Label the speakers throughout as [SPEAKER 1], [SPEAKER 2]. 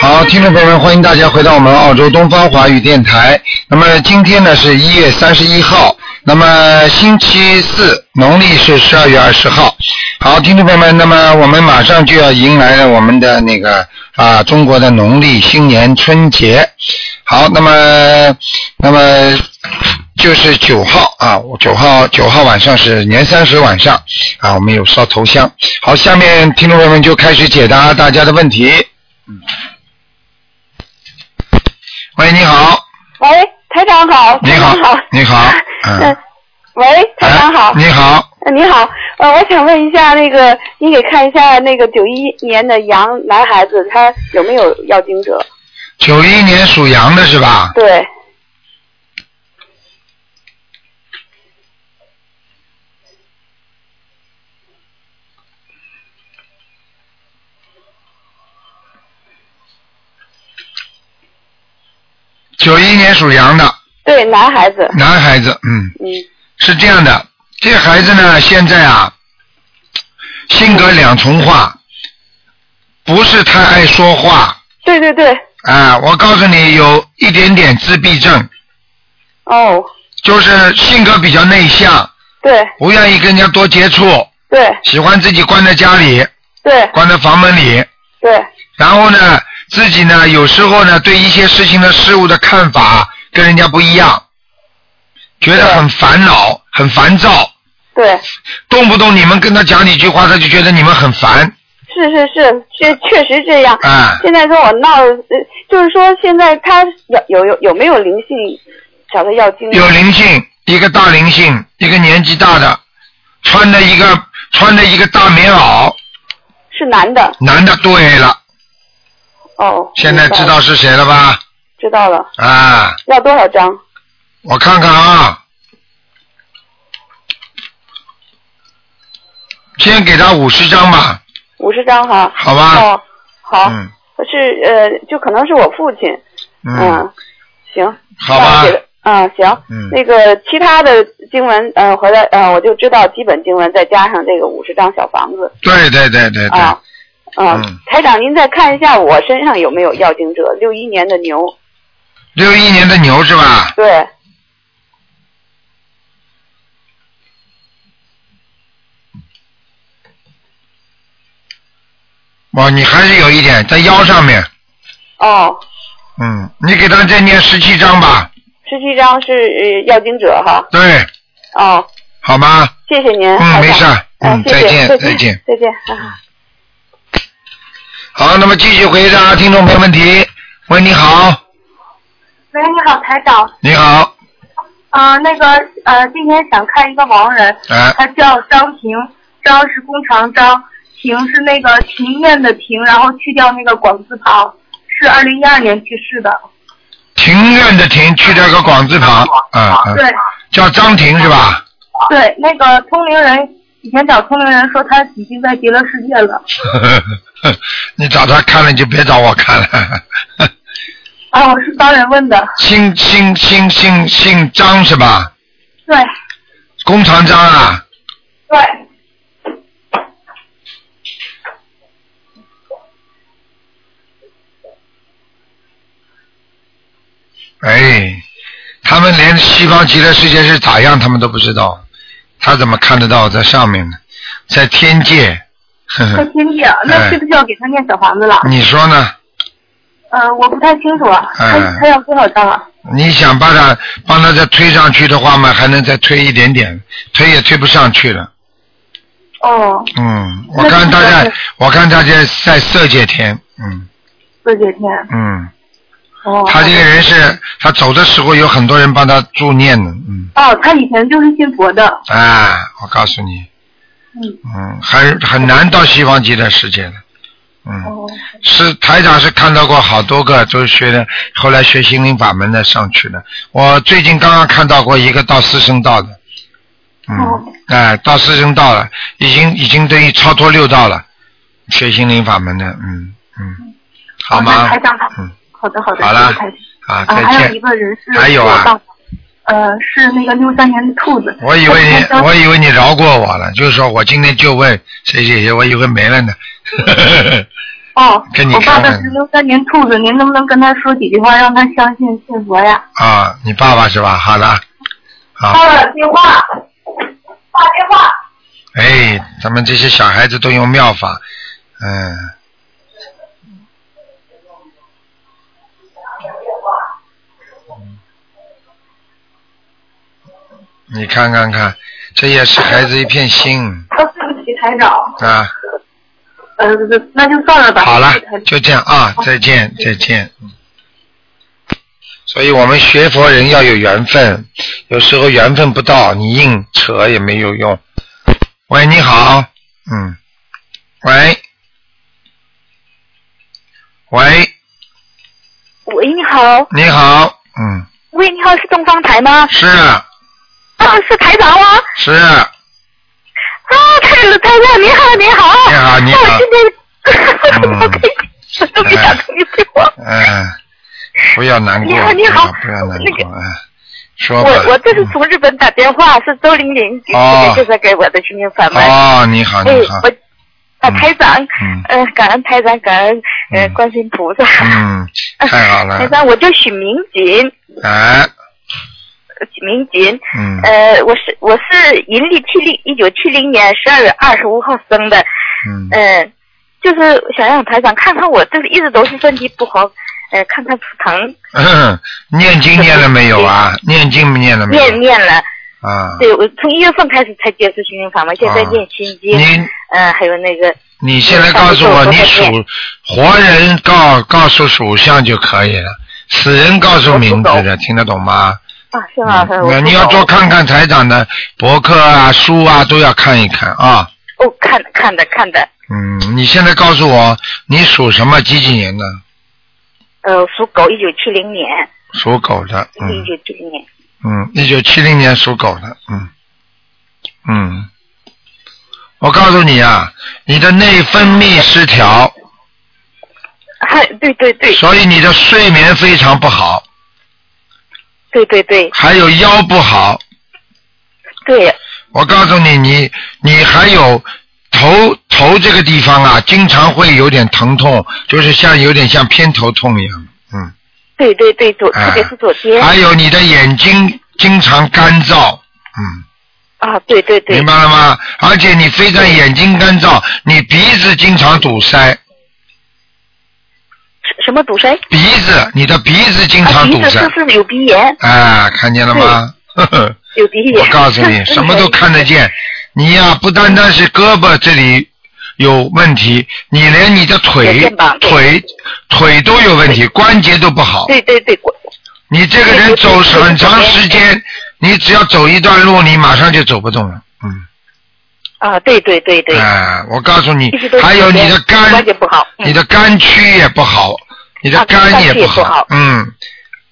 [SPEAKER 1] 好，听众朋友们，欢迎大家回到我们澳洲东方华语电台。那么今天呢是一月三十一号，那么星期四，农历是十二月二十号。好，听众朋友们，那么我们马上就要迎来了我们的那个啊中国的农历新年春节。好，那么那么就是九号啊，九号九号晚上是年三十晚上啊，我们有烧头香。好，下面听众朋友们就开始解答大家的问题。喂，你好，
[SPEAKER 2] 喂，台长好，
[SPEAKER 1] 你
[SPEAKER 2] 台
[SPEAKER 1] 好
[SPEAKER 2] 长好，，
[SPEAKER 1] 你好，嗯 哎
[SPEAKER 2] 嗯，喂，台长好，
[SPEAKER 1] 你好，
[SPEAKER 2] 呃你好，呃，我想问一下那个，你给看一下那个九一年的羊男孩子，他有没有要经者？
[SPEAKER 1] 九一年属羊的是吧？
[SPEAKER 2] 对，
[SPEAKER 1] 九一年属羊的
[SPEAKER 2] 对，男孩子，
[SPEAKER 1] 男孩子，嗯，
[SPEAKER 2] 嗯，
[SPEAKER 1] 是这样的，这个孩子呢，现在啊，性格两重化，不是太爱说话
[SPEAKER 2] 对对对，
[SPEAKER 1] 啊、我告诉你，有一点点自闭症，
[SPEAKER 2] 哦，
[SPEAKER 1] 就是性格比较内向，
[SPEAKER 2] 对
[SPEAKER 1] 不愿意跟人家多接触，
[SPEAKER 2] 对
[SPEAKER 1] 喜欢自己关在家里，
[SPEAKER 2] 对
[SPEAKER 1] 关在房门里，
[SPEAKER 2] 对
[SPEAKER 1] 然后呢，自己呢有时候呢对一些事情的事物的看法跟人家不一样，觉得很烦恼、很烦躁，
[SPEAKER 2] 对，
[SPEAKER 1] 动不动你们跟他讲几句话，他就觉得你们很烦，
[SPEAKER 2] 是是是，这确实这样。
[SPEAKER 1] 啊、
[SPEAKER 2] 现在跟我闹，呃就是说现在他有有有有没有灵性找他要经者？
[SPEAKER 1] 有灵性，一个大灵性，一个年纪大的，穿着一个穿着一个大棉袄，
[SPEAKER 2] 是男的，
[SPEAKER 1] 男的。对了，
[SPEAKER 2] 哦，
[SPEAKER 1] 现在
[SPEAKER 2] 明白
[SPEAKER 1] 知道是谁了吧？
[SPEAKER 2] 知道了，
[SPEAKER 1] 啊，
[SPEAKER 2] 要多少张？
[SPEAKER 1] 我看看啊，先给他五十张吧，
[SPEAKER 2] 五十张哈。
[SPEAKER 1] 好吧？
[SPEAKER 2] 哦，好，
[SPEAKER 1] 啊嗯
[SPEAKER 2] 是呃，就可能是我父亲，啊
[SPEAKER 1] 嗯，
[SPEAKER 2] 行，
[SPEAKER 1] 好吧
[SPEAKER 2] 那我觉，得嗯，行，
[SPEAKER 1] 嗯
[SPEAKER 2] 那个其他的经文，嗯，回来，嗯，我就知道基本经文，再加上这个五十张小房子
[SPEAKER 1] 对对对对对，
[SPEAKER 2] 啊，嗯
[SPEAKER 1] 嗯，
[SPEAKER 2] 台长，您再看一下我身上有没有要经者？六一年的牛，
[SPEAKER 1] 六一年的牛是吧？
[SPEAKER 2] 对，
[SPEAKER 1] 哦，你还是有一点在腰上面，
[SPEAKER 2] 哦，
[SPEAKER 1] 嗯，你给他再念十七章吧，
[SPEAKER 2] 十七张是呃要经者哈，
[SPEAKER 1] 对，
[SPEAKER 2] 哦，
[SPEAKER 1] 好吗？
[SPEAKER 2] 谢谢您，
[SPEAKER 1] 嗯，
[SPEAKER 2] 台
[SPEAKER 1] 没
[SPEAKER 2] 长
[SPEAKER 1] 事，儿，
[SPEAKER 2] 嗯
[SPEAKER 1] 嗯，，再见，
[SPEAKER 2] 再
[SPEAKER 1] 再见
[SPEAKER 2] 见。，再见，啊，
[SPEAKER 1] 好，那么继续回答听众朋友问题。喂，你好，
[SPEAKER 3] 喂，你好，台长。
[SPEAKER 1] 你好，
[SPEAKER 3] 啊、那个呃，今天想看一个亡人，
[SPEAKER 1] 哎，
[SPEAKER 3] 他叫张平，张是弓长张，平是那个庭院的庭，然后去掉那个广字旁，是二零一二年去世的。
[SPEAKER 1] 庭院的庭去掉个广字旁，嗯嗯，
[SPEAKER 3] 对
[SPEAKER 1] 叫张婷是吧？
[SPEAKER 3] 对，那个通灵人以前找通灵人说他已经在极乐世界了。
[SPEAKER 1] 你找他看了就别找我看了。
[SPEAKER 3] 啊，我是帮人问的。
[SPEAKER 1] 姓姓姓姓姓张是吧？
[SPEAKER 3] 对
[SPEAKER 1] 弓长张啊，
[SPEAKER 3] 对，
[SPEAKER 1] 哎，他们连西方极乐世界是咋样，他们都不知道，他怎么看得到在上面呢？在天 界，呵呵，
[SPEAKER 3] 在天界，
[SPEAKER 1] 哎
[SPEAKER 3] 啊那需不需要给他念小房子了？
[SPEAKER 1] 你说呢？
[SPEAKER 3] 呃，我不太清楚啊，他
[SPEAKER 1] 嗯
[SPEAKER 3] 他要多少张啊？
[SPEAKER 1] 你想把他帮他再推上去的话嘛，还能再推一点点，推也推不上去了。
[SPEAKER 3] 哦，
[SPEAKER 1] 嗯，我
[SPEAKER 3] 那
[SPEAKER 1] 看他
[SPEAKER 3] 这个
[SPEAKER 1] 在
[SPEAKER 3] 是，
[SPEAKER 1] 我看他在在色界天，嗯
[SPEAKER 3] 四姐天。
[SPEAKER 1] 嗯，
[SPEAKER 3] 哦，
[SPEAKER 1] 他这个人是，他走的时候有很多人帮他助念的，嗯，
[SPEAKER 3] 哦，他以前就是信佛的。
[SPEAKER 1] 哎，我告诉你，
[SPEAKER 3] 嗯。
[SPEAKER 1] 嗯，很很难到西方极乐世界的，嗯。
[SPEAKER 3] 哦，
[SPEAKER 1] 是台长是看到过好多个，都是学的，后来学心灵法门的上去的。我最近刚刚看到过一个到四圣道的，嗯，
[SPEAKER 3] 哦
[SPEAKER 1] 哎、到四圣道了，已经已经等于超脱六道了，学心灵法门的，嗯嗯，好
[SPEAKER 3] 哦那
[SPEAKER 1] 吗
[SPEAKER 3] 台？长好。
[SPEAKER 1] 嗯，
[SPEAKER 3] 好的好的。
[SPEAKER 1] 好了
[SPEAKER 3] 谢谢台长
[SPEAKER 1] 啊，
[SPEAKER 3] 啊，
[SPEAKER 1] 再
[SPEAKER 3] 还有一
[SPEAKER 1] 见。
[SPEAKER 3] 个人是
[SPEAKER 1] 还有啊
[SPEAKER 3] 我爸爸，呃，是那个六三年的兔子。
[SPEAKER 1] 我以为
[SPEAKER 3] 他
[SPEAKER 1] 你，
[SPEAKER 3] 他
[SPEAKER 1] 我以为你饶过我了，就是说我今天就问谁谁谁，我以为没了呢。
[SPEAKER 4] 哦，
[SPEAKER 1] 给你
[SPEAKER 4] 我爸
[SPEAKER 1] 看
[SPEAKER 4] 爸
[SPEAKER 1] 看
[SPEAKER 4] 是零三年兔子，您能不能跟他说几句话，让他相信信佛呀？
[SPEAKER 1] 啊，你爸爸是吧？好的，好，
[SPEAKER 4] 了电话，挂电话。
[SPEAKER 1] 哎，咱们这些小孩子都用妙法，嗯，你看看看，这也是孩子一片心
[SPEAKER 4] 哦，对不起，台长，
[SPEAKER 1] 啊。
[SPEAKER 4] 呃，那就算了吧。
[SPEAKER 1] 好了
[SPEAKER 4] 谢谢台长，
[SPEAKER 1] 就这样啊，再见，再见。嗯所以我们学佛人要有缘分，有时候缘分不到，你硬扯也没有用。喂，你好，嗯，喂，喂，
[SPEAKER 2] 喂，你好，
[SPEAKER 1] 你好，嗯，
[SPEAKER 2] 喂，你好，是东方台吗？
[SPEAKER 1] 是
[SPEAKER 2] 啊，是台长吗？
[SPEAKER 1] 是，
[SPEAKER 2] 啊，台长，台长，你好，你好。
[SPEAKER 1] 你好你好
[SPEAKER 2] 啊我今天，
[SPEAKER 1] 嗯
[SPEAKER 2] 我可以，我都没想跟你对话。
[SPEAKER 1] 嗯、不要难过，
[SPEAKER 2] 你好你好
[SPEAKER 1] 不要不要难
[SPEAKER 2] 那个
[SPEAKER 1] 过，嗯，说吧。
[SPEAKER 2] 我我这是
[SPEAKER 1] 嗯
[SPEAKER 2] 从日本打电话，是周玲玲给
[SPEAKER 1] 哦
[SPEAKER 2] 介绍给我的心灵法门。
[SPEAKER 1] 哦，你好，你
[SPEAKER 2] 哎
[SPEAKER 1] 好，，
[SPEAKER 2] 我啊，
[SPEAKER 1] 嗯
[SPEAKER 2] 台长，
[SPEAKER 1] 嗯
[SPEAKER 2] 呃，感恩台长，感恩呃
[SPEAKER 1] 嗯
[SPEAKER 2] 观世音菩萨。
[SPEAKER 1] 嗯，太好了
[SPEAKER 2] 台，长，我叫许明锦，
[SPEAKER 1] 哎，
[SPEAKER 2] 许明锦，
[SPEAKER 1] 嗯，
[SPEAKER 2] 呃，我是我是阴历七零一九七零年十二月二十五号生的，
[SPEAKER 1] 嗯。
[SPEAKER 2] 嗯，就是想让台长看看我，这是一直都是身体不好，呃，看看图腾，
[SPEAKER 1] 嗯， 念经念了没有啊？念经念了没
[SPEAKER 2] 念
[SPEAKER 1] 有？
[SPEAKER 2] 念了。
[SPEAKER 1] 啊，
[SPEAKER 2] 对，我从一月份开始才接触心灵法门，现在
[SPEAKER 1] 啊
[SPEAKER 2] 念心经，
[SPEAKER 1] 你
[SPEAKER 2] 呃，还有那个，
[SPEAKER 1] 你现在告诉我，
[SPEAKER 2] 我
[SPEAKER 1] 你
[SPEAKER 2] 念
[SPEAKER 1] 属活人告告诉属相就可以了，死人告诉名字的，听得懂吗？
[SPEAKER 2] 啊，是吗？
[SPEAKER 1] 嗯
[SPEAKER 2] 我
[SPEAKER 1] 你要多
[SPEAKER 2] 做，
[SPEAKER 1] 看看台长的博客啊、书啊，都要看一看啊。
[SPEAKER 2] 哦，看的看的看的，
[SPEAKER 1] 嗯，你现在告诉我，你属什么几几年的？
[SPEAKER 2] 呃，属狗，一九七零年，
[SPEAKER 1] 属狗的，
[SPEAKER 2] 一
[SPEAKER 1] 嗯
[SPEAKER 2] 九七零年，
[SPEAKER 1] 嗯，一九七零年属狗的，嗯嗯，我告诉你啊，你的内分泌失调。
[SPEAKER 2] 还对对对
[SPEAKER 1] 所以你的睡眠非常不好，
[SPEAKER 2] 对对对
[SPEAKER 1] 还有腰不好。
[SPEAKER 2] 对，
[SPEAKER 1] 我告诉你，你你还有头头这个地方啊，经常会有点疼痛，就是像有点像偏头痛一样。嗯，
[SPEAKER 2] 对对对，左，
[SPEAKER 1] 哎
[SPEAKER 2] 特别是左边
[SPEAKER 1] 还有你的眼睛经常干燥。嗯，
[SPEAKER 2] 啊，对对对
[SPEAKER 1] 明，白了吗？而且你非但眼睛干燥，你鼻子经常堵塞，
[SPEAKER 2] 什什么堵塞？
[SPEAKER 1] 鼻子，你的鼻子经
[SPEAKER 2] 啊，
[SPEAKER 1] 常
[SPEAKER 2] 鼻
[SPEAKER 1] 堵
[SPEAKER 2] 子
[SPEAKER 1] 塞
[SPEAKER 2] 是。不是有鼻炎？
[SPEAKER 1] 啊，看见了吗？呵呵。
[SPEAKER 2] 有鼻炎。
[SPEAKER 1] 我告诉你，什么都看得见。你呀、不单单是胳膊这里有问题，你连你的
[SPEAKER 2] 也
[SPEAKER 1] 腿
[SPEAKER 2] 肩膀、对
[SPEAKER 1] 腿、腿都有问题，关节都不好。
[SPEAKER 2] 对对对，我
[SPEAKER 1] 你这个人走很长时间，你只要走一段路，你马上就走不动了。嗯，
[SPEAKER 2] 啊，对对对对，
[SPEAKER 1] 啊，我告诉你
[SPEAKER 2] 一直都，是
[SPEAKER 1] 还有你的
[SPEAKER 2] 左边
[SPEAKER 1] 肝
[SPEAKER 2] 关节，不好，
[SPEAKER 1] 你
[SPEAKER 2] 嗯
[SPEAKER 1] 的肝区也不好，你的
[SPEAKER 2] 啊
[SPEAKER 1] 肝
[SPEAKER 2] 肝
[SPEAKER 1] 也
[SPEAKER 2] 区也不
[SPEAKER 1] 好
[SPEAKER 2] 好。
[SPEAKER 1] 嗯，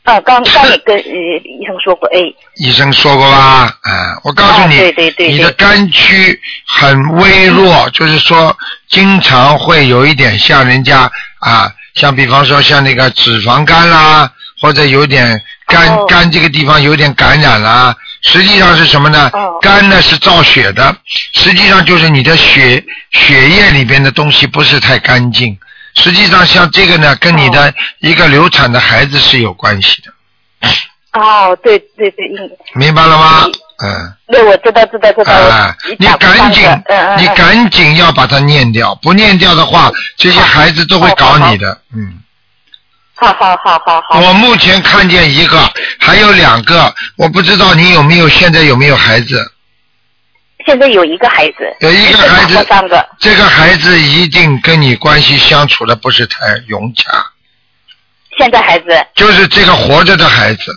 [SPEAKER 2] 啊，刚刚也跟呃医生说过，哎，
[SPEAKER 1] 医生说过吧？啊，我告诉你，
[SPEAKER 2] 啊对对对对嗯
[SPEAKER 1] 你的肝区很微弱，就是说经常会有一点像人家啊，像比方说像那个脂肪肝啦，或者有点肝、
[SPEAKER 2] 哦
[SPEAKER 1] 肝这个地方有点感染啦。实际上是什么呢？
[SPEAKER 2] 哦
[SPEAKER 1] 肝呢是造血的，实际上就是你的血血液里边的东西不是太干净。实际上像这个呢，跟你的一个流产的孩子是有关系的，
[SPEAKER 2] 哦，对对对，嗯，
[SPEAKER 1] 明白了吗？嗯。
[SPEAKER 2] 对，我知道知道知道，
[SPEAKER 1] 啊
[SPEAKER 2] 我，
[SPEAKER 1] 你
[SPEAKER 2] 打不上
[SPEAKER 1] 赶紧
[SPEAKER 2] 的嗯嗯，
[SPEAKER 1] 你
[SPEAKER 2] 嗯
[SPEAKER 1] 赶紧要把它念掉，不念掉的话，这些孩子都会搞你的。嗯，
[SPEAKER 2] 好好好好好，
[SPEAKER 1] 我目前看见一个，还有两个，我不知道你有没有，现在有没有孩子？
[SPEAKER 2] 现在有一个孩子，
[SPEAKER 1] 有一个孩
[SPEAKER 2] 打
[SPEAKER 1] 子
[SPEAKER 2] 不，上的，
[SPEAKER 1] 这个孩子一定跟你关系相处的不是太融洽，
[SPEAKER 2] 现在孩子，
[SPEAKER 1] 就是这个活着的孩子，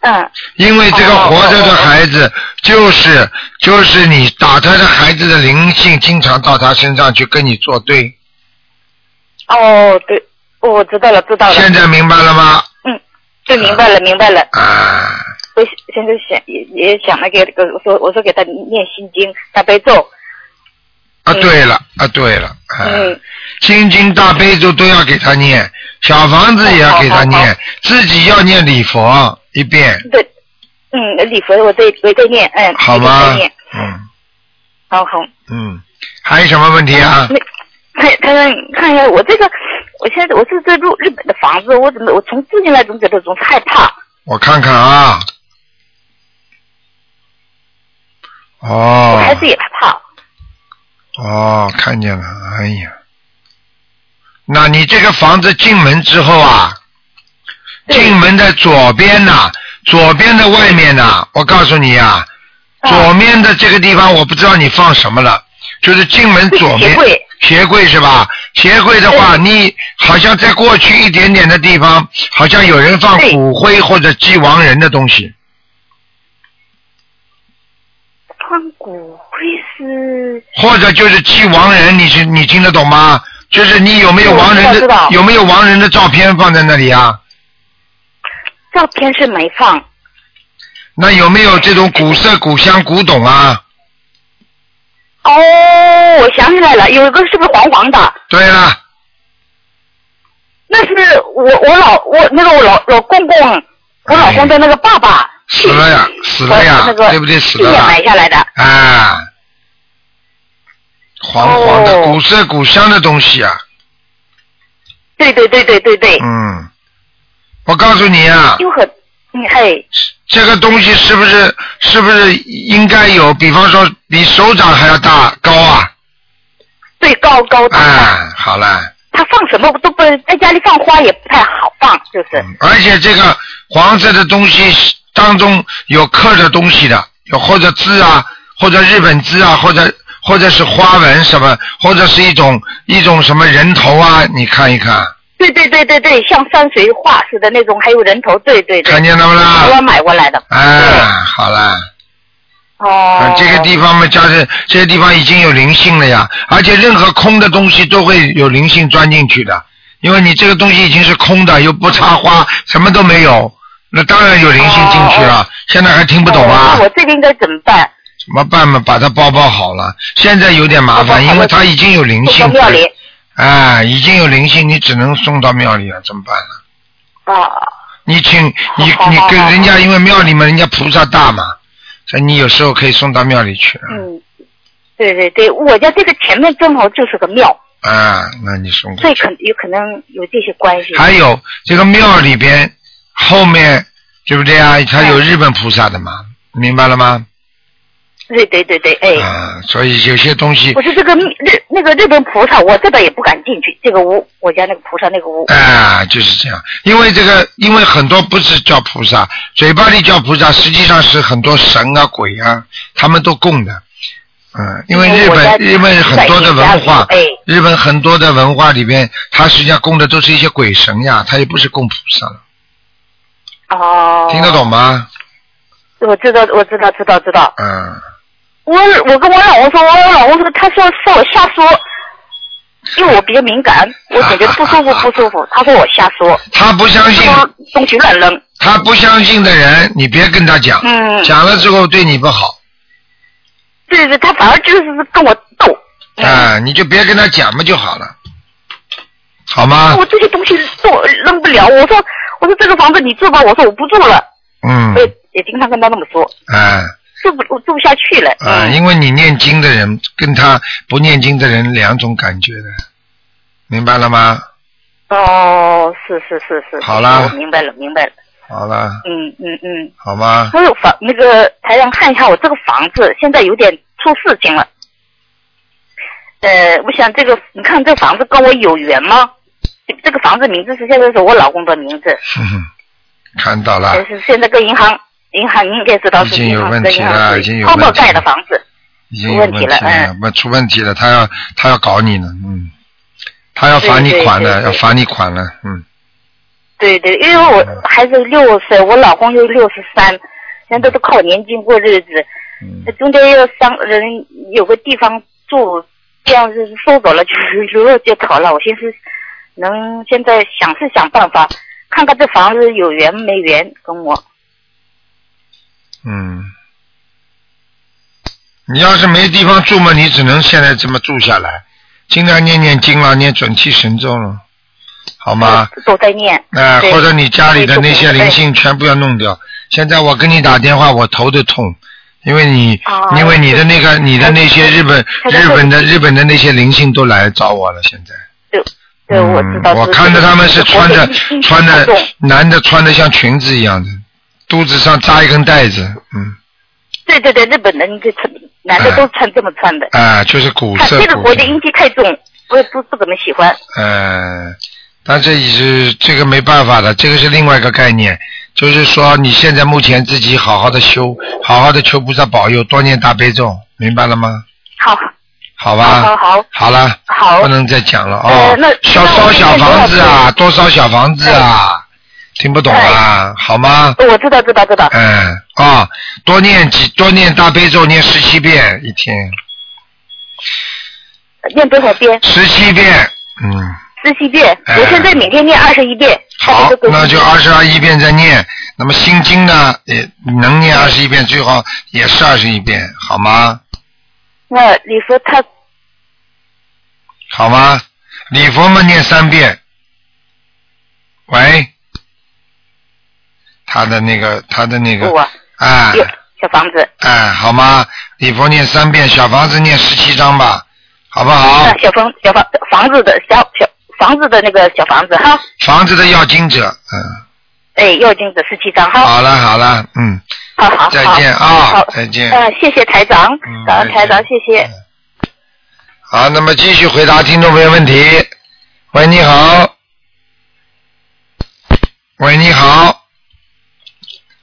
[SPEAKER 2] 嗯，
[SPEAKER 1] 因为这个
[SPEAKER 2] 哦哦
[SPEAKER 1] 活着的
[SPEAKER 2] 哦哦
[SPEAKER 1] 孩子就是就是你打他的孩子的灵性，经常到他身上去跟你作对。
[SPEAKER 2] 哦，对，哦我知道了知道了，
[SPEAKER 1] 现在明白了吗？
[SPEAKER 2] 对，明白了明白了，
[SPEAKER 1] 啊，
[SPEAKER 2] 我现现在想也也想了给个，我说我说给他念心经大悲咒，
[SPEAKER 1] 啊，
[SPEAKER 2] 嗯
[SPEAKER 1] 对了，啊，对了，啊，
[SPEAKER 2] 嗯，
[SPEAKER 1] 心经大悲咒都要给他念，小房子也要给他
[SPEAKER 2] 哦好好
[SPEAKER 1] 念，自己要念礼佛一遍，
[SPEAKER 2] 对，嗯，礼佛我再我再念，嗯，
[SPEAKER 1] 好
[SPEAKER 2] 我
[SPEAKER 1] 吗
[SPEAKER 2] 再念，？
[SPEAKER 1] 嗯
[SPEAKER 2] 好好。
[SPEAKER 1] 嗯，还有什么问题啊？
[SPEAKER 2] 那他他看看一下我这个，我现在我是在入日本的房子，我怎么我从住进来总觉得总害怕。
[SPEAKER 1] 我看看啊。
[SPEAKER 2] 我
[SPEAKER 1] 哦。
[SPEAKER 2] 孩子也害怕。
[SPEAKER 1] 哦，看见了，哎呀，那你这个房子进门之后啊，进门的左边呐、左边的外面呐、我告诉你啊，左面的这个地方我不知道你放什么了，就是进门左面
[SPEAKER 2] 鞋柜，
[SPEAKER 1] 鞋柜是吧？鞋柜的话，你好像在过去一点点的地方，好像有人放
[SPEAKER 2] 对
[SPEAKER 1] 骨灰或者祭亡人的东西，
[SPEAKER 2] 放骨灰是
[SPEAKER 1] 或者就是祭亡人，你是你听得懂吗？就是你有没有
[SPEAKER 2] 嗯
[SPEAKER 1] 亡人
[SPEAKER 2] 我知
[SPEAKER 1] 的
[SPEAKER 2] 道
[SPEAKER 1] 有没有亡人的照片放在那里啊？
[SPEAKER 2] 照片是没放，
[SPEAKER 1] 那有没有这种古色古香古董啊？
[SPEAKER 2] 哦，我想起来了，有一个是不是黄黄的？
[SPEAKER 1] 对了，
[SPEAKER 2] 那是我我老我那个我老老公公，我老公的那个爸爸
[SPEAKER 1] 哎死了呀，死了呀，
[SPEAKER 2] 呃那个
[SPEAKER 1] 对不对？死了
[SPEAKER 2] 也
[SPEAKER 1] 啦
[SPEAKER 2] 买下来的，
[SPEAKER 1] 啊，黄黄的、
[SPEAKER 2] 哦
[SPEAKER 1] 古色古香的东西啊，
[SPEAKER 2] 对对对对对对，
[SPEAKER 1] 嗯，我告诉你啊，
[SPEAKER 2] 又和嗯嘿，
[SPEAKER 1] 这个东西是不是是不是应该有？比方说比手掌还要大高啊？
[SPEAKER 2] 对高高的，
[SPEAKER 1] 啊，好了。
[SPEAKER 2] 他放什么都不在家里放花也不太好放，就是
[SPEAKER 1] 嗯而且这个黄色的东西当中有刻着东西的，有或者字啊，或者日本字啊，或者或者是花纹什么，或者是一种一种什么人头啊，你看一看，
[SPEAKER 2] 对对对对对，像山水画似的那种，还有人头，对对对
[SPEAKER 1] 看，见了不
[SPEAKER 2] 台
[SPEAKER 1] 啦？
[SPEAKER 2] 湾买过来的，
[SPEAKER 1] 哎，好啦，啊
[SPEAKER 2] 哦，
[SPEAKER 1] 这个地方嘛，加上这个地方已经有灵性了呀，而且任何空的东西都会有灵性钻进去的，因为你这个东西已经是空的，又不插花，什么都没有，那当然有灵性进去
[SPEAKER 2] 哦
[SPEAKER 1] 了。现在还听不懂啊？
[SPEAKER 2] 哦那我这个应该怎么办？
[SPEAKER 1] 怎么办嘛？把它包包好了。现在有点麻
[SPEAKER 2] 包包
[SPEAKER 1] 烦，
[SPEAKER 2] 好了
[SPEAKER 1] 因为它已经有灵
[SPEAKER 2] 送
[SPEAKER 1] 性
[SPEAKER 2] 到，庙里
[SPEAKER 1] 哎，已经有灵性，你只能送到庙里了，怎么办呢？
[SPEAKER 2] 啊，
[SPEAKER 1] 你请你
[SPEAKER 2] 好好
[SPEAKER 1] 你
[SPEAKER 2] 好
[SPEAKER 1] 跟
[SPEAKER 2] 好
[SPEAKER 1] 人家，因为庙里嘛，人家菩萨大嘛，所以你有时候可以送到庙里去。啊
[SPEAKER 2] 嗯，对对对，我家这个前面正好就是个庙，
[SPEAKER 1] 啊，那你送过
[SPEAKER 2] 所以
[SPEAKER 1] 去。
[SPEAKER 2] 可有可能有这些关系。
[SPEAKER 1] 还有这个庙里边后面对不对啊？它有日本菩萨的嘛，明白了吗？
[SPEAKER 2] 对对对对，哎，
[SPEAKER 1] 啊，所以有些东西
[SPEAKER 2] 我，是这个日那个日本菩萨，我这边也不敢进去，这个屋我家那个菩萨那个屋，
[SPEAKER 1] 啊，就是这样，因为这个，因为很多不是叫菩萨，嘴巴里叫菩萨，实际上是很多神啊、鬼啊，他们都供的。嗯，因为日
[SPEAKER 2] 我家
[SPEAKER 1] 本，因为很多的文化
[SPEAKER 2] 在家里，哎
[SPEAKER 1] 日本很多的文化里边，它实际上供的都是一些鬼神呀，它也不是供菩萨了，
[SPEAKER 2] 哎，哦，
[SPEAKER 1] 听得？懂吗？
[SPEAKER 2] 我知道，我知道，知道，知道。
[SPEAKER 1] 嗯，
[SPEAKER 2] 我我跟我老公说，我老公说，他说说我瞎说，因为我比较敏感，我总觉得不舒服不舒服，他说我瞎说，
[SPEAKER 1] 他 不相信，
[SPEAKER 2] 说东西乱扔，
[SPEAKER 1] 他不相信的人，你别跟他讲，
[SPEAKER 2] 嗯，
[SPEAKER 1] 讲了之后对你不好，
[SPEAKER 2] 对对，他反而就是跟我斗，嗯
[SPEAKER 1] 啊，你就别跟他讲嘛就好了，好吗？
[SPEAKER 2] 我这些东西做扔不了。我说我说这个房子你住吧，我说我不住了。
[SPEAKER 1] 嗯
[SPEAKER 2] 我，也也经常跟他那么说，
[SPEAKER 1] 哎。
[SPEAKER 2] 住不我住不下去了。
[SPEAKER 1] 啊，
[SPEAKER 2] 嗯
[SPEAKER 1] 因为你念经的人跟他不念经的人两种感觉的，明白了吗？
[SPEAKER 2] 哦，是是是是。
[SPEAKER 1] 好啦
[SPEAKER 2] 我明白了明白了。
[SPEAKER 1] 好了，
[SPEAKER 2] 嗯嗯嗯。
[SPEAKER 1] 好 吗？
[SPEAKER 2] 还有房那个台长看一下我这个房子现在有点出事情了。呃，我想这个你看这房子跟我有缘吗？这个房子名字是现在是我老公的名字，
[SPEAKER 1] 哼哼，看到了
[SPEAKER 2] 但，是现在跟银行银行你应该知道
[SPEAKER 1] 啊已
[SPEAKER 2] 是
[SPEAKER 1] 经
[SPEAKER 2] 银
[SPEAKER 1] 有
[SPEAKER 2] 行
[SPEAKER 1] 问
[SPEAKER 2] 跟
[SPEAKER 1] 题
[SPEAKER 2] 银行
[SPEAKER 1] 了
[SPEAKER 2] 是
[SPEAKER 1] 已经有
[SPEAKER 2] 泡沫
[SPEAKER 1] 问题
[SPEAKER 2] 盖
[SPEAKER 1] 了
[SPEAKER 2] 的房子。
[SPEAKER 1] 已经有问题
[SPEAKER 2] 出问题了嗯
[SPEAKER 1] 不出问题了，他要他要搞你呢，嗯，他要罚你款
[SPEAKER 2] 对
[SPEAKER 1] 了，
[SPEAKER 2] 对对
[SPEAKER 1] 要罚你款了，嗯，
[SPEAKER 2] 对对，因为我孩子六岁，我老公又六十三，现在都靠年金过日子，
[SPEAKER 1] 嗯
[SPEAKER 2] 中间要三个人有个地方住，这样子收走了就是 如果就逃了。我先是能现在想是想办法，看看这房子有缘没缘跟我。
[SPEAKER 1] 嗯。你要是没地方住嘛，你只能现在这么住下来，尽量念念经啊了，念准提神咒了，好吗？
[SPEAKER 2] 都在念。
[SPEAKER 1] 哎、
[SPEAKER 2] 对
[SPEAKER 1] 或者你家里的那些
[SPEAKER 2] 对
[SPEAKER 1] 灵性全部要弄掉。现在我跟你打电话，我头都痛，因为你，
[SPEAKER 2] 啊
[SPEAKER 1] 因为你的那个，你的那些日本、
[SPEAKER 2] 台长
[SPEAKER 1] 日本的、日本的那些灵性都来找我了。现在，
[SPEAKER 2] 对对，我知
[SPEAKER 1] 嗯
[SPEAKER 2] 道是。
[SPEAKER 1] 我看着他们是穿着
[SPEAKER 2] 我已经
[SPEAKER 1] 穿
[SPEAKER 2] 很
[SPEAKER 1] 着
[SPEAKER 2] 重
[SPEAKER 1] 男的穿的像裙子一样的，肚子上扎一根带子，嗯，
[SPEAKER 2] 对对对，日本人就穿，男的都穿这么穿的。
[SPEAKER 1] 啊，就是古
[SPEAKER 2] 看
[SPEAKER 1] 哎色
[SPEAKER 2] 这个
[SPEAKER 1] 古
[SPEAKER 2] 国
[SPEAKER 1] 香
[SPEAKER 2] 家阴气太重，我也不不怎么喜欢。
[SPEAKER 1] 呃，但这也是这个没办法的，这个是另外一个概念，就是说你现在目前自己好好的修，好好的求菩萨保佑，多念大悲咒，明白了吗？
[SPEAKER 2] 好，
[SPEAKER 1] 好吧，
[SPEAKER 2] 好好好
[SPEAKER 1] 好了，
[SPEAKER 2] 好
[SPEAKER 1] 不，能再讲了
[SPEAKER 2] 呃
[SPEAKER 1] 哦
[SPEAKER 2] 那。
[SPEAKER 1] 小
[SPEAKER 2] 那
[SPEAKER 1] 烧
[SPEAKER 2] 我现
[SPEAKER 1] 小
[SPEAKER 2] 在
[SPEAKER 1] 房子啊，
[SPEAKER 2] 多哎
[SPEAKER 1] 多烧小房子啊，听不懂啊，好吗？
[SPEAKER 2] 我知道知道知道。
[SPEAKER 1] 嗯，啊、多念几多念大悲咒，念十七遍一天，
[SPEAKER 2] 念多少遍？
[SPEAKER 1] 十七遍，嗯。
[SPEAKER 2] 十七遍。
[SPEAKER 1] 哎
[SPEAKER 2] 我现在每天念二十一遍。
[SPEAKER 1] 好
[SPEAKER 2] 大概都，够
[SPEAKER 1] 那就二十二一遍再念。那么心经呢，也能念二十一遍，最好也是二十一遍，好吗？
[SPEAKER 2] 那你说他
[SPEAKER 1] 好吗？礼佛嘛念三遍。喂，他的那个，他的那个
[SPEAKER 5] 啊
[SPEAKER 2] 我，
[SPEAKER 1] 哎
[SPEAKER 2] 有小房子，
[SPEAKER 1] 哎，好吗？礼佛念三遍，小房子念十七章吧，好不好
[SPEAKER 2] 那？小房小房房子的小小房子的那个小房子哈，
[SPEAKER 1] 房子的要经者，嗯，
[SPEAKER 2] 哎，要经者十七张哈，
[SPEAKER 1] 好了好了，嗯，
[SPEAKER 2] 好好好，
[SPEAKER 1] 再见
[SPEAKER 2] 好
[SPEAKER 1] 啊，，再见。
[SPEAKER 5] 呃
[SPEAKER 2] 嗯，谢谢台长
[SPEAKER 1] 嗯，
[SPEAKER 2] 感
[SPEAKER 1] 再
[SPEAKER 2] 恩
[SPEAKER 1] 见
[SPEAKER 2] 台长，谢谢。
[SPEAKER 1] 好，那么继续回答听众朋友问题。喂，你好。喂，你好，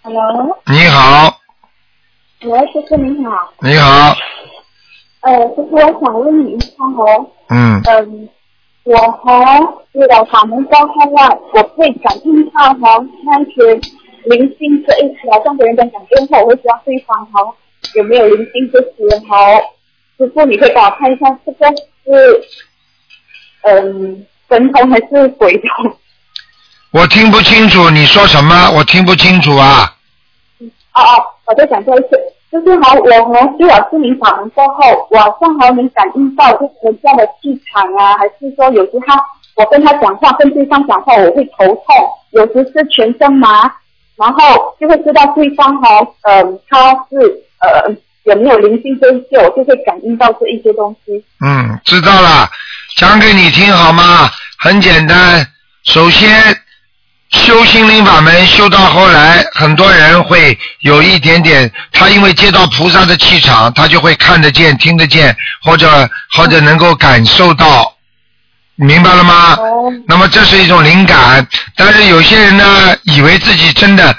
[SPEAKER 6] Hello，
[SPEAKER 1] 你好，
[SPEAKER 6] 喂，师傅您好，
[SPEAKER 1] 你好，
[SPEAKER 6] 呃，师傅我想问你一下哦，
[SPEAKER 1] 嗯，
[SPEAKER 6] 嗯，我和这个法门沟通了，我会感应到和开始灵性这一条，中国人的感应后，我会知道对方和有没有灵性之时候，师傅你可以帮我看一下这个是嗯神童还是鬼童？
[SPEAKER 1] 我听不清楚你说什么，我听不清楚啊。
[SPEAKER 6] 哦哦，我再讲多一次，就是好，我和徐老师您访问过后，我正好能感应到就是人家的气场啊，还是说有时他我跟他讲话，跟对方讲话，我会头痛，有时是全身麻，然后就会知道对方哈、嗯、他是呃有没有灵性这一些，我就会感应到这一些东西。
[SPEAKER 1] 嗯，知道了，讲给你听好吗？很简单，首先修心灵法门，修到后来，很多人会有一点点，他因为接到菩萨的气场，他就会看得见、听得见，或者或者能够感受到，明白了吗？
[SPEAKER 6] 哦，
[SPEAKER 1] 那么这是一种灵感，但是有些人呢，以为自己真的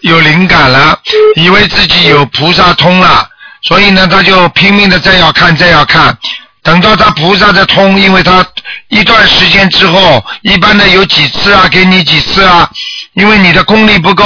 [SPEAKER 1] 有灵感了，以为自己有菩萨通了，所以呢，他就拼命的再要看，再要看。等到他菩萨的通，因为他一段时间之后，一般的有几次啊，给你几次啊，因为你的功力不够，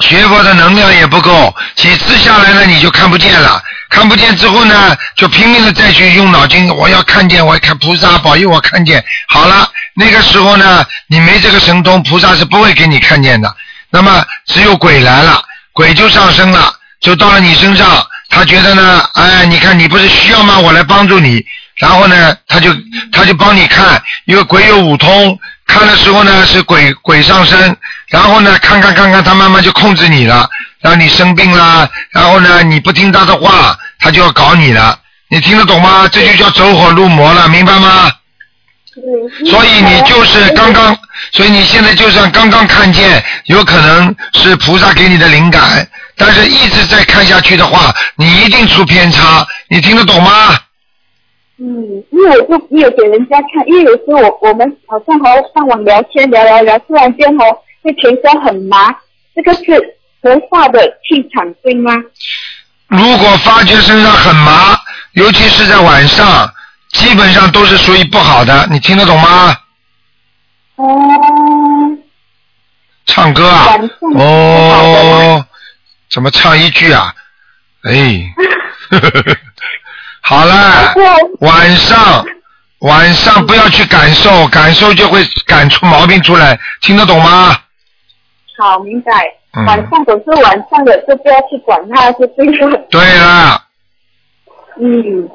[SPEAKER 1] 学佛的能量也不够，几次下来呢，你就看不见了。看不见之后呢，就拼命的再去用脑筋，我要看见，我要看菩萨保佑我看见。好了，那个时候呢，你没这个神通，菩萨是不会给你看见的。那么只有鬼来了，鬼就上升了，就到了你身上，他觉得呢，哎，你看你不是需要吗？我来帮助你。然后呢，他就他就帮你看，因为鬼有五通，看的时候呢是鬼鬼上身，然后呢看看看看，他慢慢就控制你了，让你生病啦，然后呢你不听他的话，他就要搞你了，你听得懂吗？这就叫走火入魔了，明白吗？
[SPEAKER 6] 嗯
[SPEAKER 1] 所以你就是刚刚，所以你现在就算刚刚看见，有可能是菩萨给你的灵感，但是一直在看下去的话，你一定出偏差，你听得懂吗？
[SPEAKER 6] 嗯，因为我就没有给人家看，因为有时候我我们好像和上网聊天聊聊聊，突然间哦，会全身很麻，这个是头发的气场对吗？
[SPEAKER 1] 如果发觉身上很麻，尤其是在晚上，基本上都是属于不好的，你听得懂吗？
[SPEAKER 6] 哦、
[SPEAKER 1] 唱歌啊
[SPEAKER 6] 晚上，不好的
[SPEAKER 1] 哦，怎么唱一句啊？哎， 好
[SPEAKER 6] 哦
[SPEAKER 1] 了，晚上晚上不要去感受，感受就会感出毛病出来，听得懂吗？
[SPEAKER 6] 好明白。
[SPEAKER 1] 嗯
[SPEAKER 6] 晚上总是晚上的，就不要去管它，就对了。
[SPEAKER 1] 对了，
[SPEAKER 6] 嗯，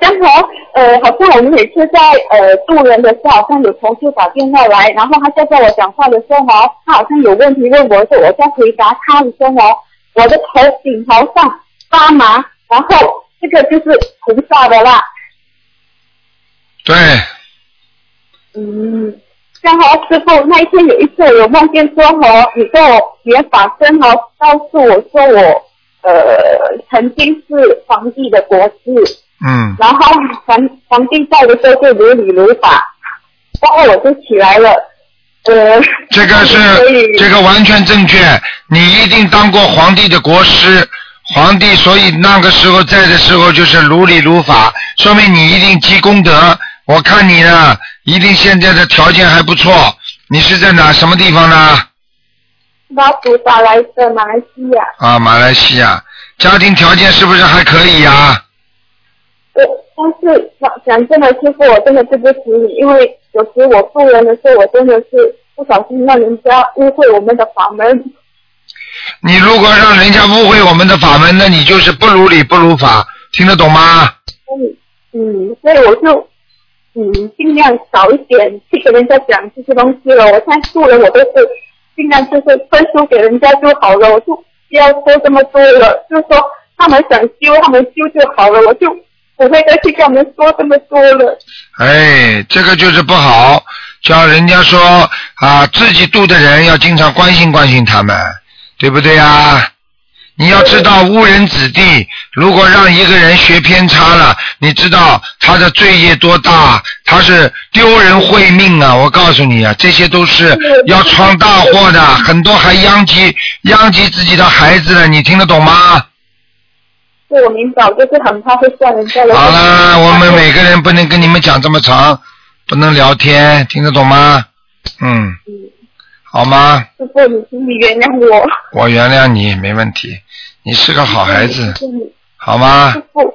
[SPEAKER 6] 然后呃，好像我们每次在呃渡人的时候，好像有同事打电话来，然后他在跟我讲话的时候哦，他好像有问题问我的时候，我在回答他的时候哦，我的头顶头上发麻，然后这个就是菩萨的啦。
[SPEAKER 1] 对，
[SPEAKER 6] 嗯，然后师傅那一天有一次我梦见说哦，你跟我原法身哦，告诉我说我呃曾经是皇帝的国师，
[SPEAKER 1] 嗯
[SPEAKER 6] 然后皇皇帝在的时候就如理如法，然后我就起来了，呃，
[SPEAKER 1] 这个
[SPEAKER 6] 所以
[SPEAKER 1] 是这个完全正确，你一定当过皇帝的国师，皇帝所以那个时候在的时候就是如理如法，说明你一定积功德。我看你呢，一定现在的条件还不错。你是在哪什么地方呢？
[SPEAKER 6] 拉菩萨来的马来西亚，
[SPEAKER 1] 啊，马来西亚，家庭条件是不是还可以呀、
[SPEAKER 6] 我但是讲讲真的，师傅，我真的对不起你，因为有时我做人的时候，我真的是不小心让人家误会我们的法门。
[SPEAKER 1] 你如果让人家误会我们的法门，那你就是不如理不如法，听得懂吗？
[SPEAKER 6] 嗯，嗯，所以我就嗯尽量少一点去跟人家讲这些东西了。我现在做人我都是尽量就是分书给人家就好了，我就不要说这么多了。就是说他们想修，他们修就好了，我就不会再去跟他们说这么多了。
[SPEAKER 1] 哎，这个就是不好，叫人家说啊，自己度的人要经常关心关心他们，对不对啊？你要知道误人子弟，如果让一个人学偏差了，你知道他的罪业多大，他是丢人会命啊！我告诉你啊，这些都是要闯大祸的，很多还殃及殃及自己的孩子了，你听得懂吗？
[SPEAKER 6] 所以我明白，我就是很怕会吓人家的。
[SPEAKER 1] 好了，我们每个人不能跟你们讲这么长，不能聊天，听得懂吗？嗯，好吗？
[SPEAKER 6] 师傅，你请你原谅我。
[SPEAKER 1] 我原谅你，没问题。你是个好孩子，
[SPEAKER 6] 师
[SPEAKER 1] 好吗？
[SPEAKER 6] 傅，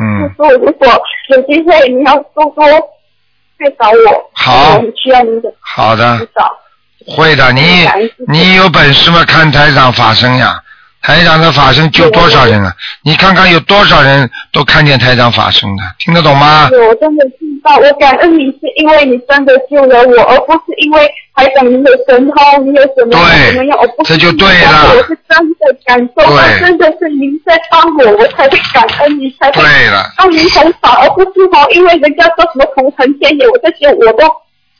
[SPEAKER 1] 嗯，
[SPEAKER 6] 所以如果有机会，你要多多来找我。
[SPEAKER 1] 好嗯
[SPEAKER 6] 我很需要您的
[SPEAKER 1] 好
[SPEAKER 6] 指
[SPEAKER 1] 的，
[SPEAKER 6] 导。
[SPEAKER 1] 会的。你你有本事吗？看台长法身呀，台长的法身救多少人啊？你看看有多少人都看见台长法身的，听得懂吗？
[SPEAKER 6] 我真的知道，我感恩你是因为你真的救了我，而不是因为还想你有神通，你有什么
[SPEAKER 1] 对
[SPEAKER 6] 怎么样，我不是
[SPEAKER 1] 这就对了
[SPEAKER 6] 因为我是真的感受到，
[SPEAKER 1] 对
[SPEAKER 6] 真的是您在帮我，我才会感恩你，才会
[SPEAKER 1] 对了，
[SPEAKER 6] 让您很少，而不是哦，因为人家说什么同城天野，我这些我都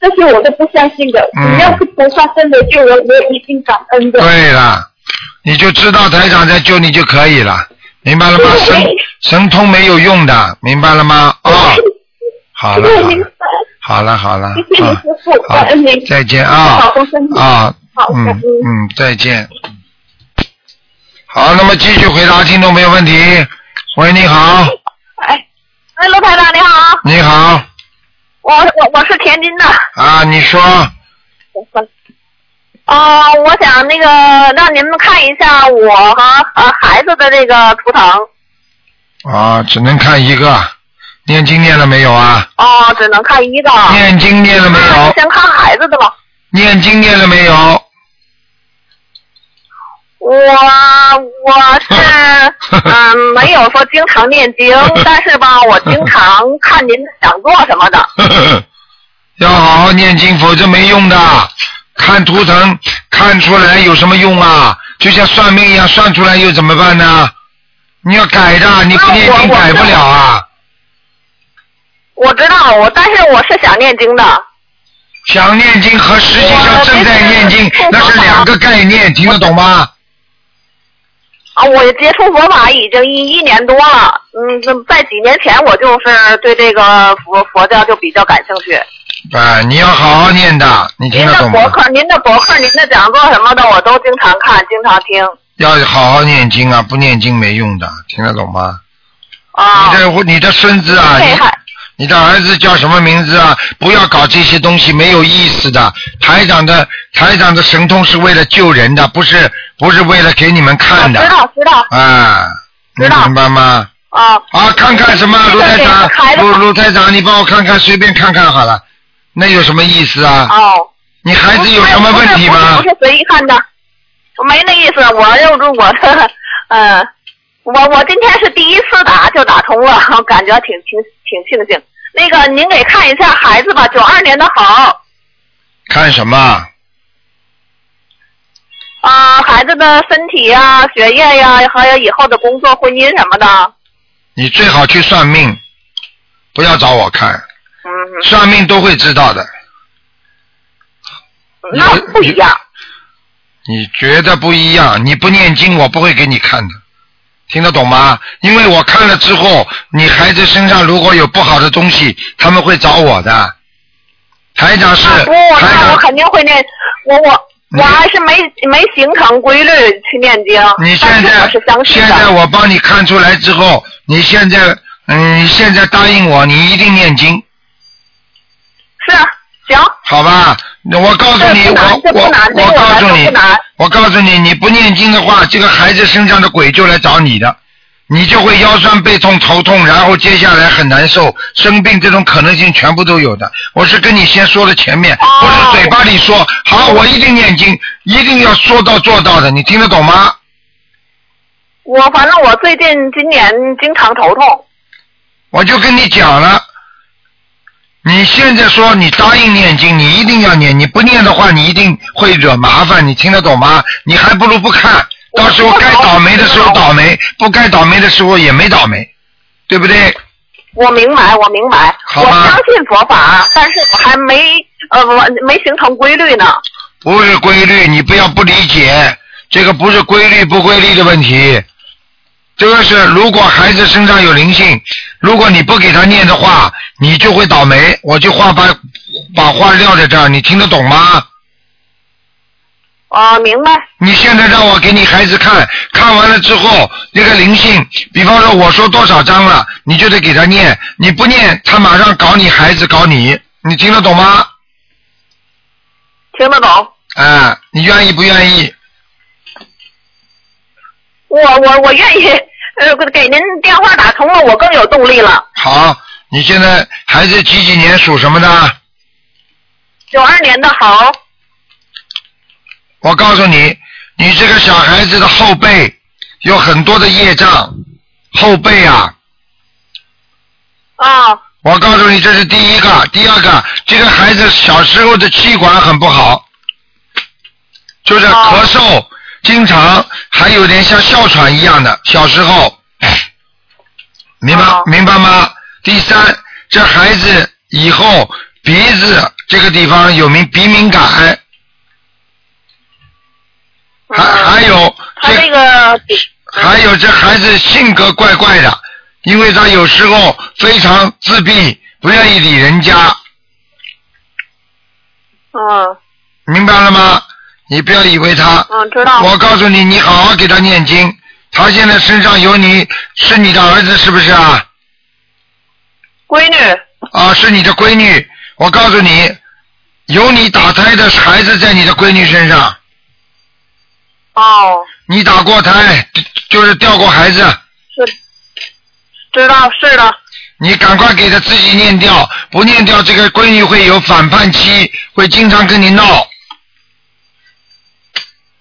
[SPEAKER 6] 这些我都不相信的。
[SPEAKER 1] 嗯
[SPEAKER 6] 只要是菩萨真的救我，我一定感恩 的。
[SPEAKER 1] 对了，你就知道台长在救你就可以了，明白了 吗？
[SPEAKER 6] 对
[SPEAKER 1] 神神通没有用的，明白了吗？ 啊、好了
[SPEAKER 6] 对，
[SPEAKER 1] 好
[SPEAKER 6] 明
[SPEAKER 1] 了
[SPEAKER 6] 白。
[SPEAKER 1] 好了好了
[SPEAKER 6] 谢谢你
[SPEAKER 1] 啊
[SPEAKER 6] 师傅，感
[SPEAKER 1] 好
[SPEAKER 6] 恩您，，
[SPEAKER 1] 再见
[SPEAKER 6] 好
[SPEAKER 1] 啊
[SPEAKER 6] 好身体，
[SPEAKER 1] 啊
[SPEAKER 6] 好，感
[SPEAKER 1] 嗯
[SPEAKER 6] 恩。
[SPEAKER 1] 嗯，再见。好，那么继续回答听众朋友问题。喂，你 好，
[SPEAKER 5] 哎，哎，罗台长你好，
[SPEAKER 1] 你好
[SPEAKER 5] 我我我是天津的，
[SPEAKER 1] 啊，你说
[SPEAKER 5] 啊、我想那个让您们看一下我和呃孩子的这个图腾，
[SPEAKER 1] 啊，只能看一个，念经念了没有啊？
[SPEAKER 5] 哦、只能看一个，
[SPEAKER 6] 啊
[SPEAKER 1] 念经念了没
[SPEAKER 5] 那
[SPEAKER 1] 有
[SPEAKER 5] 就？先看孩子的吧。
[SPEAKER 1] 念经念了没有？
[SPEAKER 5] 我我是
[SPEAKER 6] 啊
[SPEAKER 5] 嗯没有说经常念 经，但是吧，我经常看您的讲座什么的。
[SPEAKER 1] 要好好念经，否则没用的。看图腾看出来有什么用啊？就像算命一样，算出来又怎么办呢？你要改的，你不念经
[SPEAKER 5] 那我我
[SPEAKER 1] 改不了啊。
[SPEAKER 5] 我知道，我但是我是想念经的，
[SPEAKER 1] 想念经和实际上正在念经
[SPEAKER 5] 我
[SPEAKER 1] 那是两个概念，听得懂吗？
[SPEAKER 5] 啊，我接触佛法已经一一年多了，嗯，那么在几年前我就是对这个佛佛教就比较感兴趣。
[SPEAKER 1] 啊，你要好好念的，你听
[SPEAKER 5] 您
[SPEAKER 1] 得
[SPEAKER 5] 的
[SPEAKER 1] 懂
[SPEAKER 5] 博
[SPEAKER 1] 吗？
[SPEAKER 5] 客、您的博客、您的讲座什么的，我都经常看，经常听。
[SPEAKER 1] 要好好念经啊，不念经没用的，听得懂吗？
[SPEAKER 5] 啊、
[SPEAKER 1] 你的你的孙子啊，
[SPEAKER 5] 这
[SPEAKER 1] 你
[SPEAKER 5] 还
[SPEAKER 1] 你的儿子叫什么名字啊？不要搞这些东西，没有意思的。台长的台长的神通是为了救人的，不是不是为了给你们
[SPEAKER 5] 我
[SPEAKER 1] 看
[SPEAKER 5] 啊知
[SPEAKER 1] 的
[SPEAKER 5] 道知道
[SPEAKER 1] 啊，你
[SPEAKER 5] 知道
[SPEAKER 1] 明白吗？
[SPEAKER 5] 啊、
[SPEAKER 1] 啊，看看什么
[SPEAKER 5] 这个
[SPEAKER 1] 卢台长
[SPEAKER 5] 给孩，子
[SPEAKER 1] 卢卢台长，你帮我看看，随便看看好了，那有什么意思啊？
[SPEAKER 5] 哦。
[SPEAKER 1] 你孩子有什么问题
[SPEAKER 5] 不是
[SPEAKER 1] 吗
[SPEAKER 5] 不是？不是随意看的，我没那意思。我就是我，嗯，我我今天是第一次打就打通了，我感觉挺挺挺庆幸。那个您给看一下孩子吧，九二年的好
[SPEAKER 1] 看什么？
[SPEAKER 5] 啊、孩子的身体呀、学业呀、还有以后的工作、婚姻什么的。
[SPEAKER 1] 你最好去算命，不要找我看。
[SPEAKER 5] 嗯
[SPEAKER 1] 算命都会知道的。
[SPEAKER 5] 嗯那不一样。
[SPEAKER 1] 你觉得不一样？你不念经，我不会给你看的，听得懂吗？因为我看了之后，你孩子身上如果有不好的东西，他们会找我的。台长是
[SPEAKER 5] 啊那不，
[SPEAKER 1] 台
[SPEAKER 5] 那我
[SPEAKER 1] 长，
[SPEAKER 5] 肯定会念，我我
[SPEAKER 1] 你
[SPEAKER 5] 我还是没没形成规律去念经。
[SPEAKER 1] 你现
[SPEAKER 5] 但是我
[SPEAKER 1] 在
[SPEAKER 5] 是相信
[SPEAKER 1] 现在
[SPEAKER 5] 的。
[SPEAKER 1] 我帮你看出来之后，你现在嗯，你现在答应我，你一定念经，
[SPEAKER 5] 是啊行，
[SPEAKER 1] 好吧？那我告诉你，
[SPEAKER 5] 这不难
[SPEAKER 1] 我
[SPEAKER 5] 这不
[SPEAKER 1] 我
[SPEAKER 5] 难对
[SPEAKER 1] 我
[SPEAKER 5] 我来
[SPEAKER 1] 告诉
[SPEAKER 5] 说
[SPEAKER 1] 你
[SPEAKER 5] 不难，
[SPEAKER 1] 我告诉你，你不念经的话，这个孩子身上的鬼就来找你的，你就会腰酸背痛、头痛，然后接下来很难受，生病这种可能性全部都有的。我是跟你先说的前
[SPEAKER 5] 哦
[SPEAKER 1] 面，不是嘴巴里说好，我一定念经，一定要说到做到的，你听得懂吗？
[SPEAKER 5] 我反正我最近今年经常头痛，
[SPEAKER 1] 我就跟你讲了，你现在说你答应念经，你一定要念，你不念的话，你一定会惹麻烦，你听得懂吗？你还不如不看，到时候该倒霉的时候倒霉，不该倒霉的时候也没倒霉，对不对？
[SPEAKER 5] 我明白，我明白，
[SPEAKER 1] 好
[SPEAKER 5] 我
[SPEAKER 1] 吧
[SPEAKER 5] 相信佛法，但是我还没呃我没形成规律呢。
[SPEAKER 1] 不是规律，你不要不理解，这个不是规律不规律的问题，这个是如果孩子身上有灵性，如果你不给他念的话，你就会倒霉。我就话把把话撂在这儿，你听得懂吗？
[SPEAKER 5] 哦，明白，
[SPEAKER 1] 你现在让我给你孩子看看完了之后，这个灵性，比方说我说多少章了，你就得给他念，你不念，他马上搞你孩子，搞你，你听得懂吗？
[SPEAKER 5] 听得懂。
[SPEAKER 1] 啊，你愿意不愿意？
[SPEAKER 5] 我我我愿意，呃，给您电话打通了，我更有动力了。
[SPEAKER 1] 好，你现在孩子几几年属什么的？
[SPEAKER 5] 九二年的猴，
[SPEAKER 1] 我告诉你，你这个小孩子的后背有很多的业障，后背啊，
[SPEAKER 5] 啊、
[SPEAKER 1] 我告诉你，这是第一个，第二个，这个孩子小时候的气管很不好，就是咳嗽，经常还有点像哮喘一样的，小时候，哎明白、
[SPEAKER 5] 哦
[SPEAKER 1] 明白吗？第三，这孩子以后鼻子这个地方有敏鼻敏感，还还有
[SPEAKER 5] 嗯他
[SPEAKER 1] 这
[SPEAKER 5] 那个比
[SPEAKER 1] 还有这孩子性格怪怪的，因为他有时候非常自闭，不愿意理人家，
[SPEAKER 5] 嗯
[SPEAKER 1] 明白了吗？你不要以为他，
[SPEAKER 5] 嗯，知
[SPEAKER 6] 啊
[SPEAKER 5] 道。
[SPEAKER 1] 我告诉你，你好好给他念经。他现在身上有你，是你的儿子是不是啊？
[SPEAKER 5] 闺女，
[SPEAKER 1] 啊，是你的闺女。我告诉你，有你打胎的孩子在你的闺女身上，
[SPEAKER 5] 哦，
[SPEAKER 1] 你打过胎，就是掉过孩子。
[SPEAKER 5] 知道是的，
[SPEAKER 1] 你赶快给他自己念掉，不念掉这个闺女会有反叛期，会经常跟你闹，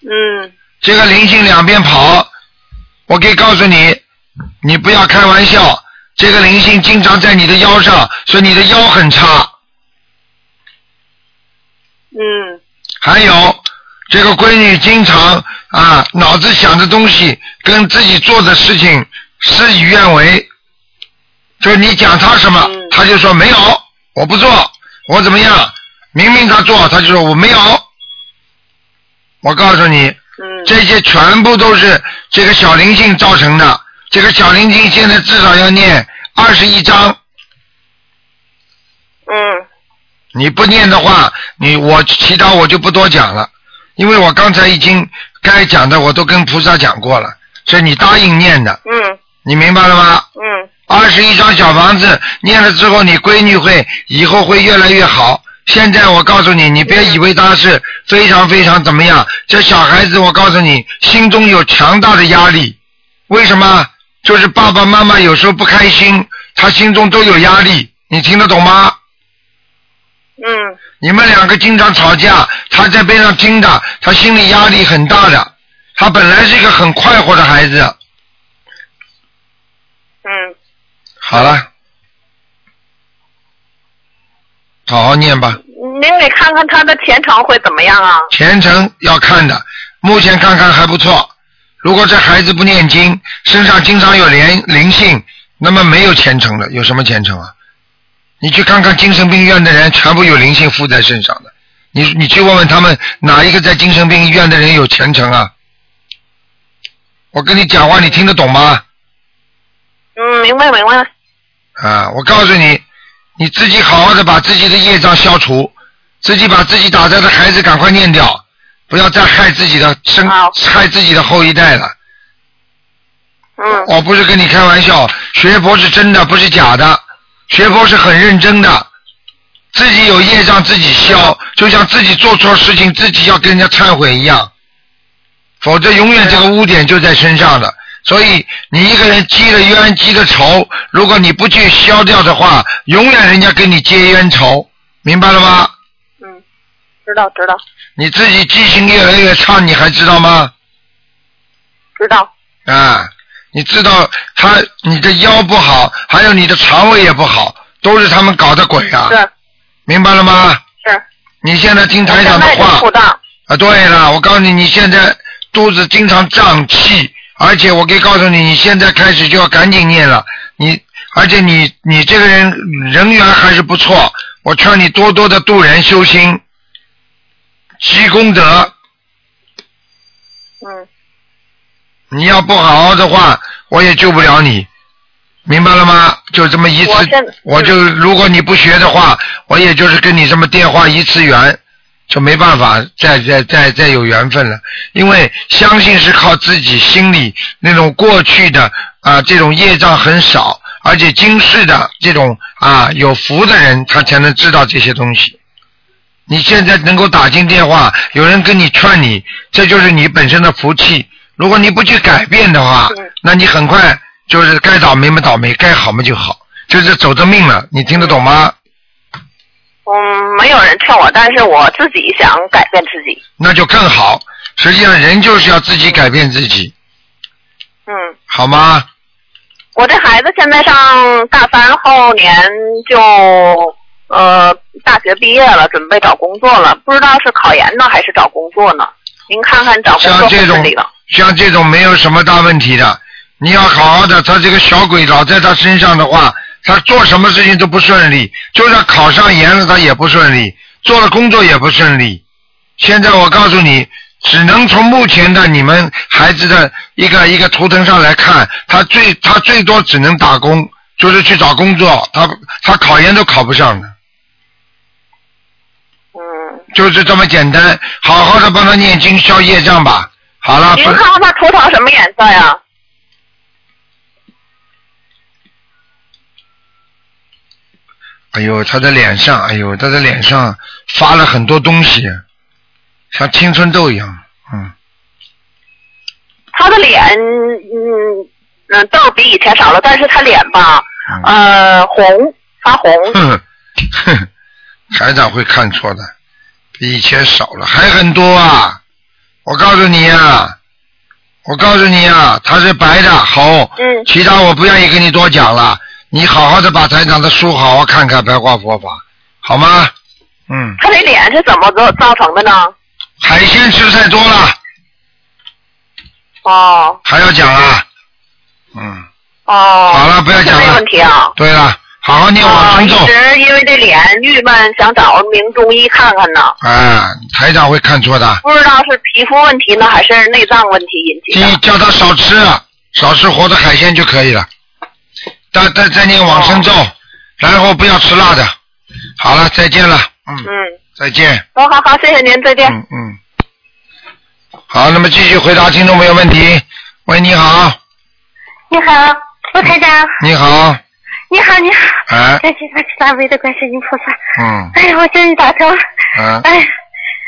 [SPEAKER 5] 嗯，
[SPEAKER 1] 这个灵性两边跑。我可以告诉你，你不要开玩笑，这个灵性经常在你的腰上，所以你的腰很差。
[SPEAKER 5] 嗯，
[SPEAKER 1] 还有这个闺女经常啊，脑子想的东西跟自己做的事情事与愿违，就是你讲她什么
[SPEAKER 5] 嗯，
[SPEAKER 1] 她就说没有，我不做，我怎么样？明明她做，她就说我没有。我告诉你，
[SPEAKER 5] 嗯，
[SPEAKER 1] 这些全部都是这个小灵性造成的。这个小灵性现在至少要念二十一章，
[SPEAKER 5] 嗯，
[SPEAKER 1] 你不念的话，你我其他我就不多讲了，因为我刚才已经该讲的我都跟菩萨讲过了，所以你答应念的，
[SPEAKER 5] 嗯，
[SPEAKER 1] 你明白了吗？
[SPEAKER 5] 嗯，
[SPEAKER 1] 二十一张小房子念了之后，你闺女会以后会越来越好。现在我告诉你，你别以为她是非常非常怎么样，这小孩子我告诉你，心中有强大的压力。为什么？就是爸爸妈妈有时候不开心，他心中都有压力。你听得懂吗？
[SPEAKER 5] 嗯，
[SPEAKER 1] 你们两个经常吵架，他在边上听着，他心里压力很大的。他本来是一个很快活的孩子。
[SPEAKER 5] 嗯，
[SPEAKER 1] 好了，好好念吧，
[SPEAKER 5] 您给看看他的前程会怎么样啊？
[SPEAKER 1] 前程要看的，目前看看还不错。如果这孩子不念经，身上经常有灵灵性，那么没有前程的，有什么前程啊？你去看看精神病院的人，全部有灵性附在身上的。你你去问问他们，哪一个在精神病医院的人有前程啊？我跟你讲话，你听得懂吗？
[SPEAKER 5] 嗯，明白明白。
[SPEAKER 1] 啊，我告诉你，你自己好好的把自己的业障消除，自己把自己打掉的孩子赶快念掉，不要再害自己的生
[SPEAKER 5] 好
[SPEAKER 1] 害自己的后一代了。
[SPEAKER 5] 嗯
[SPEAKER 1] 我哦不是跟你开玩笑，学佛是真的，不是假的。学佛是很认真的，自己有业障自己消，就像自己做错事情自己要跟人家忏悔一样，否则永远这个污点就在身上了。所以你一个人积了冤积了仇，如果你不去消掉的话，永远人家跟你结冤仇，明白了吗？
[SPEAKER 5] 嗯，知道知道
[SPEAKER 1] 你自己记性越来越差，你还知道吗？
[SPEAKER 5] 知道。
[SPEAKER 1] 啊，你知道他你的腰不好，还有你的肠胃也不好，都是他们搞的鬼啊
[SPEAKER 5] 是，
[SPEAKER 1] 明白了吗？
[SPEAKER 5] 是。
[SPEAKER 1] 你现在听台长的
[SPEAKER 5] 我现在就
[SPEAKER 1] 话
[SPEAKER 5] 苦大。
[SPEAKER 1] 啊，对了，我告诉你，你现在肚子经常胀气，而且我可以告诉你，你现在开始就要赶紧念了。你而且你你这个人人缘还是不错，我劝你多多的度人修心，积功德。啊
[SPEAKER 5] 嗯，
[SPEAKER 1] 你要不好好的话，我也救不了你，明白了吗？就这么一次
[SPEAKER 5] 我现，
[SPEAKER 1] 我就如果你不学的话，我也就是跟你这么电话一次缘，就没办法再再再再有缘分了。因为相信是靠自己心里那种过去的啊、这种业障很少，而且今世的这种啊有福的人，他才能知道这些东西。你现在能够打进电话，有人跟你劝你，这就是你本身的福气。如果你不去改变的话
[SPEAKER 5] 嗯，
[SPEAKER 1] 那你很快就是该倒霉嘛倒霉，该好嘛就好，就是走着命了。你听得懂吗？
[SPEAKER 5] 嗯，没有人劝我，但是我自己想改变自己。
[SPEAKER 1] 那就更好。实际上，人就是要自己改变自己，
[SPEAKER 5] 嗯，
[SPEAKER 1] 好吗？
[SPEAKER 5] 我这孩子现在上大三，后年就呃大学毕业了，准备找工作了，不知道是考研呢还是找工作呢？您看看找工作
[SPEAKER 1] 像这
[SPEAKER 5] 合
[SPEAKER 1] 种
[SPEAKER 5] 适理了。
[SPEAKER 1] 像这种没有什么大问题的，你要好好的。他这个小鬼老在他身上的话，他做什么事情都不顺利，就算考上研了，他也不顺利，做了工作也不顺利。现在我告诉你，只能从目前的你们孩子的一个一个图腾上来看，他最他最多只能打工，就是去找工作，他他考研都考不上的。
[SPEAKER 5] 嗯，
[SPEAKER 1] 就是这么简单，好好的帮他念经消业障吧。好了，
[SPEAKER 5] 您
[SPEAKER 1] 不
[SPEAKER 5] 看看他头疼什么颜色呀？
[SPEAKER 1] 哎呦，他的脸上，哎呦，他的脸上发了很多东西，像青春痘一样。嗯，
[SPEAKER 5] 他的脸，嗯嗯，痘儿比以前少了，但是他脸吧，
[SPEAKER 1] 嗯
[SPEAKER 5] 呃，红发红，
[SPEAKER 1] 哼嗯哼，台长会看错的，比以前少了，还很多啊！我告诉你啊，我告诉你啊，他是白的，红。
[SPEAKER 5] 嗯
[SPEAKER 1] 其他我不愿意跟你多讲了，你好好的把台长的书好好看看，白话佛法，好吗？嗯，
[SPEAKER 5] 他这脸是怎么造造成的呢？
[SPEAKER 1] 海鲜吃太多了，
[SPEAKER 5] 哦
[SPEAKER 1] 还要讲啊？嗯。
[SPEAKER 5] 哦，
[SPEAKER 1] 好了不要讲了
[SPEAKER 5] 是这问题啊。
[SPEAKER 1] 对了，好好念往
[SPEAKER 5] 哦，
[SPEAKER 1] 生
[SPEAKER 5] 一
[SPEAKER 1] 咒。
[SPEAKER 5] 直因为这脸郁闷，想找名中医看看呢，
[SPEAKER 1] 啊，台长会看错的。
[SPEAKER 5] 不知道是皮肤问题呢，还是内脏问题引
[SPEAKER 1] 第
[SPEAKER 5] 起
[SPEAKER 1] 一，
[SPEAKER 5] 的。
[SPEAKER 1] 叫他少吃，少吃活的海鲜就可以了。再再再念往生咒，
[SPEAKER 5] 哦
[SPEAKER 1] 然后不要吃辣的。好了，再见了，嗯，
[SPEAKER 5] 嗯，
[SPEAKER 1] 再见，
[SPEAKER 5] 好好好，谢谢您，再见。
[SPEAKER 1] 嗯嗯。好，那么继续回答听众朋友问题。喂，你好，
[SPEAKER 3] 你好，卢台长，
[SPEAKER 1] 你好，
[SPEAKER 3] 你好，你好，
[SPEAKER 1] 哎，
[SPEAKER 3] 感谢大慈大悲的观世音菩萨。
[SPEAKER 1] 嗯，
[SPEAKER 3] 哎，我终于打通了。
[SPEAKER 1] 哎，
[SPEAKER 3] 哎，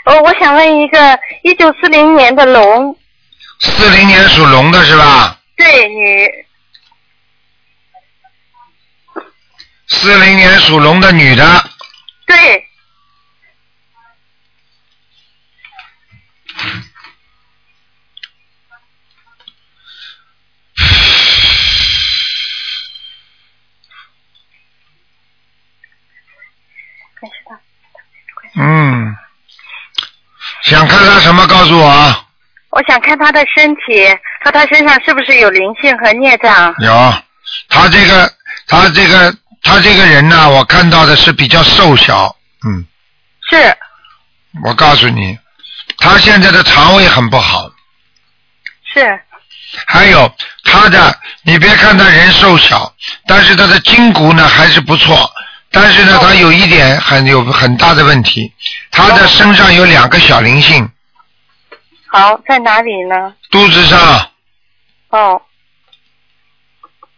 [SPEAKER 3] 我我想问一个，一九四零年的龙，
[SPEAKER 1] 四零年属龙的是吧？
[SPEAKER 3] 对女，
[SPEAKER 1] 四零年属龙的女的，
[SPEAKER 3] 对，
[SPEAKER 1] 嗯，想看她什么？告诉我啊。
[SPEAKER 3] 我想看她的身体和她身上是不是有灵性和孽障。
[SPEAKER 1] 有，他这个他这个他这个人呢，我看到的是比较瘦小，嗯，
[SPEAKER 7] 是
[SPEAKER 1] 我告诉你，他现在的肠胃很不好，
[SPEAKER 7] 是，
[SPEAKER 1] 还有他的，你别看他人瘦小，但是他的筋骨呢还是不错，但是呢，他有一点很有很大的问题，他的身上有两个小灵性，
[SPEAKER 3] 好，在哪里呢？
[SPEAKER 1] 肚子上，
[SPEAKER 3] 哦，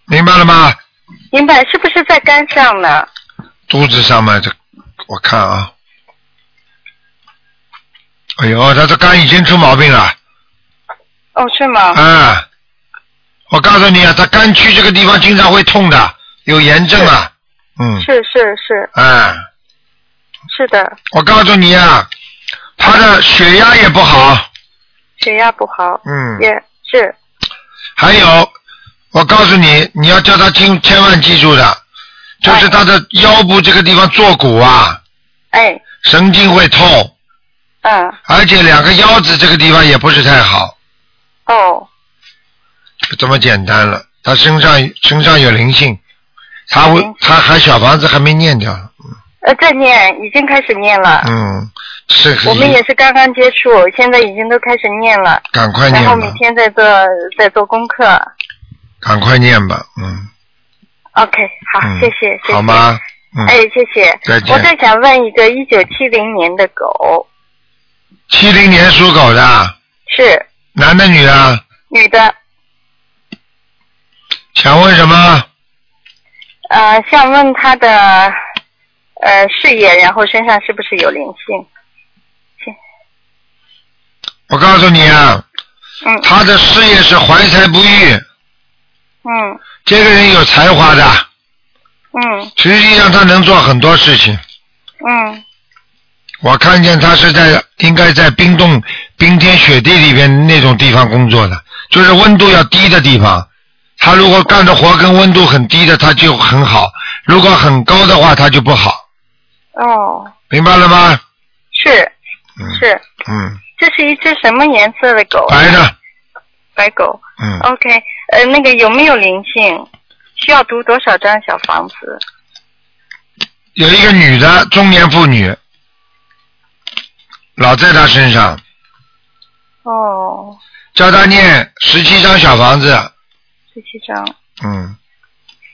[SPEAKER 1] 明白了吗？
[SPEAKER 3] 明白，是不是在肝上呢？
[SPEAKER 1] 肚子上面这，我看啊，哎呦，他的肝已经出毛病了，
[SPEAKER 3] 哦，是吗？
[SPEAKER 1] 啊，我告诉你啊，他肝区这个地方经常会痛的，有炎症啊，嗯，
[SPEAKER 3] 是是是
[SPEAKER 1] 啊，
[SPEAKER 3] 是的，
[SPEAKER 1] 我告诉你啊，他的血压也不好，
[SPEAKER 3] 血压不好，
[SPEAKER 1] 嗯，
[SPEAKER 3] 也是
[SPEAKER 1] 还有，我告诉你，你要叫他听，千万记住的，就是他的腰部这个地方坐骨啊，
[SPEAKER 3] 哎，
[SPEAKER 1] 神经会痛，
[SPEAKER 3] 嗯，
[SPEAKER 1] 而且两个腰子这个地方也不是太好，
[SPEAKER 3] 哦，
[SPEAKER 1] 就这么简单了。他身上身上有灵性，他会
[SPEAKER 3] 灵性
[SPEAKER 1] 他还小房子还没念掉，
[SPEAKER 3] 呃，在念，已经开始念了。
[SPEAKER 1] 嗯，是
[SPEAKER 3] 我们也
[SPEAKER 1] 很
[SPEAKER 3] 是刚刚接触，现在已经都开始念了，
[SPEAKER 1] 赶快
[SPEAKER 3] 然后
[SPEAKER 1] 念
[SPEAKER 3] 每
[SPEAKER 1] 吧，
[SPEAKER 3] 天在做在做功课。
[SPEAKER 1] 赶快念吧，嗯
[SPEAKER 3] OK，好，
[SPEAKER 1] 嗯，
[SPEAKER 3] 谢谢，谢谢。
[SPEAKER 1] 好？吗？嗯，
[SPEAKER 3] 哎，谢谢。
[SPEAKER 1] 再见
[SPEAKER 3] 我再想问一个，一九七零年的狗
[SPEAKER 1] 七零年属狗的，
[SPEAKER 3] 是
[SPEAKER 1] 男的女啊的，
[SPEAKER 3] 女的，
[SPEAKER 1] 想问什么？
[SPEAKER 3] 呃，想问她的呃事业，然后身上是不是有灵性？
[SPEAKER 1] 我告诉你啊，
[SPEAKER 3] 嗯
[SPEAKER 1] 他的事业是怀才不遇，
[SPEAKER 3] 嗯
[SPEAKER 1] 这个人有才华的，
[SPEAKER 3] 嗯
[SPEAKER 1] 实际上他能做很多事情。
[SPEAKER 3] 嗯，
[SPEAKER 1] 我看见他是在应该在冰冻、冰天雪地里边那种地方工作的，就是温度要低的地方。他如果干的活跟温度很低的，他就很好；如果很高的话，他就不好。
[SPEAKER 3] 哦，
[SPEAKER 1] 明白了吗？
[SPEAKER 3] 是
[SPEAKER 1] 嗯
[SPEAKER 3] 是，
[SPEAKER 1] 嗯，
[SPEAKER 3] 这是一只什么颜色的狗？
[SPEAKER 1] 白的，
[SPEAKER 3] 白狗。
[SPEAKER 1] 嗯，
[SPEAKER 3] OK，呃，那个有没有灵性？需要读多少张小房子？
[SPEAKER 1] 有一个女的中年妇女，老在他身上，
[SPEAKER 3] 哦，
[SPEAKER 1] 叫他念十七张小房子，
[SPEAKER 3] 十七张。
[SPEAKER 1] 嗯，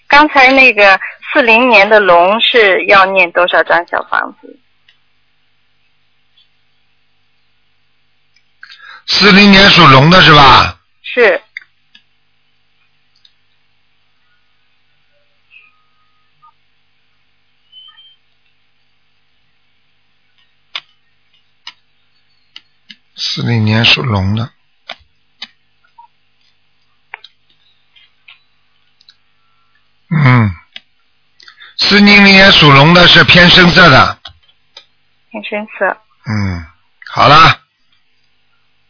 [SPEAKER 3] 刚才那个四零年的龙是要念多少张小房子？
[SPEAKER 1] 四零年属龙的是吧？
[SPEAKER 3] 是，
[SPEAKER 1] 四零年属龙的。嗯，四零年属龙的是偏深色的。
[SPEAKER 3] 偏深色。
[SPEAKER 1] 嗯，好啦，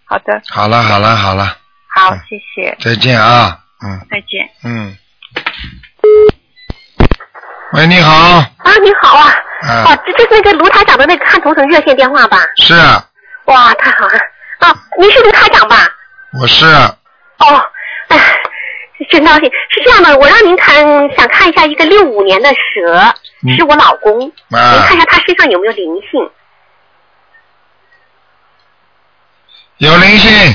[SPEAKER 3] 好的，
[SPEAKER 1] 好啦，好啦，好啦，
[SPEAKER 3] 好
[SPEAKER 1] 嗯，
[SPEAKER 3] 谢谢，
[SPEAKER 1] 再见啊。嗯
[SPEAKER 3] 再见。
[SPEAKER 1] 嗯。喂，你好，
[SPEAKER 6] 啊，你好啊！
[SPEAKER 1] 啊
[SPEAKER 6] 哦，这这是那个卢台长的那个看图腾热线电话吧？
[SPEAKER 1] 是
[SPEAKER 6] 哇，太好了！啊，您是卢台长吧？
[SPEAKER 1] 我是
[SPEAKER 6] 哦，哎，真高兴。是这样的，我让您看，想看一下一个六五年的蛇，
[SPEAKER 1] 嗯
[SPEAKER 6] 是我老公，您
[SPEAKER 1] 啊
[SPEAKER 6] 看一，下他身上有没有灵性？
[SPEAKER 1] 有灵性，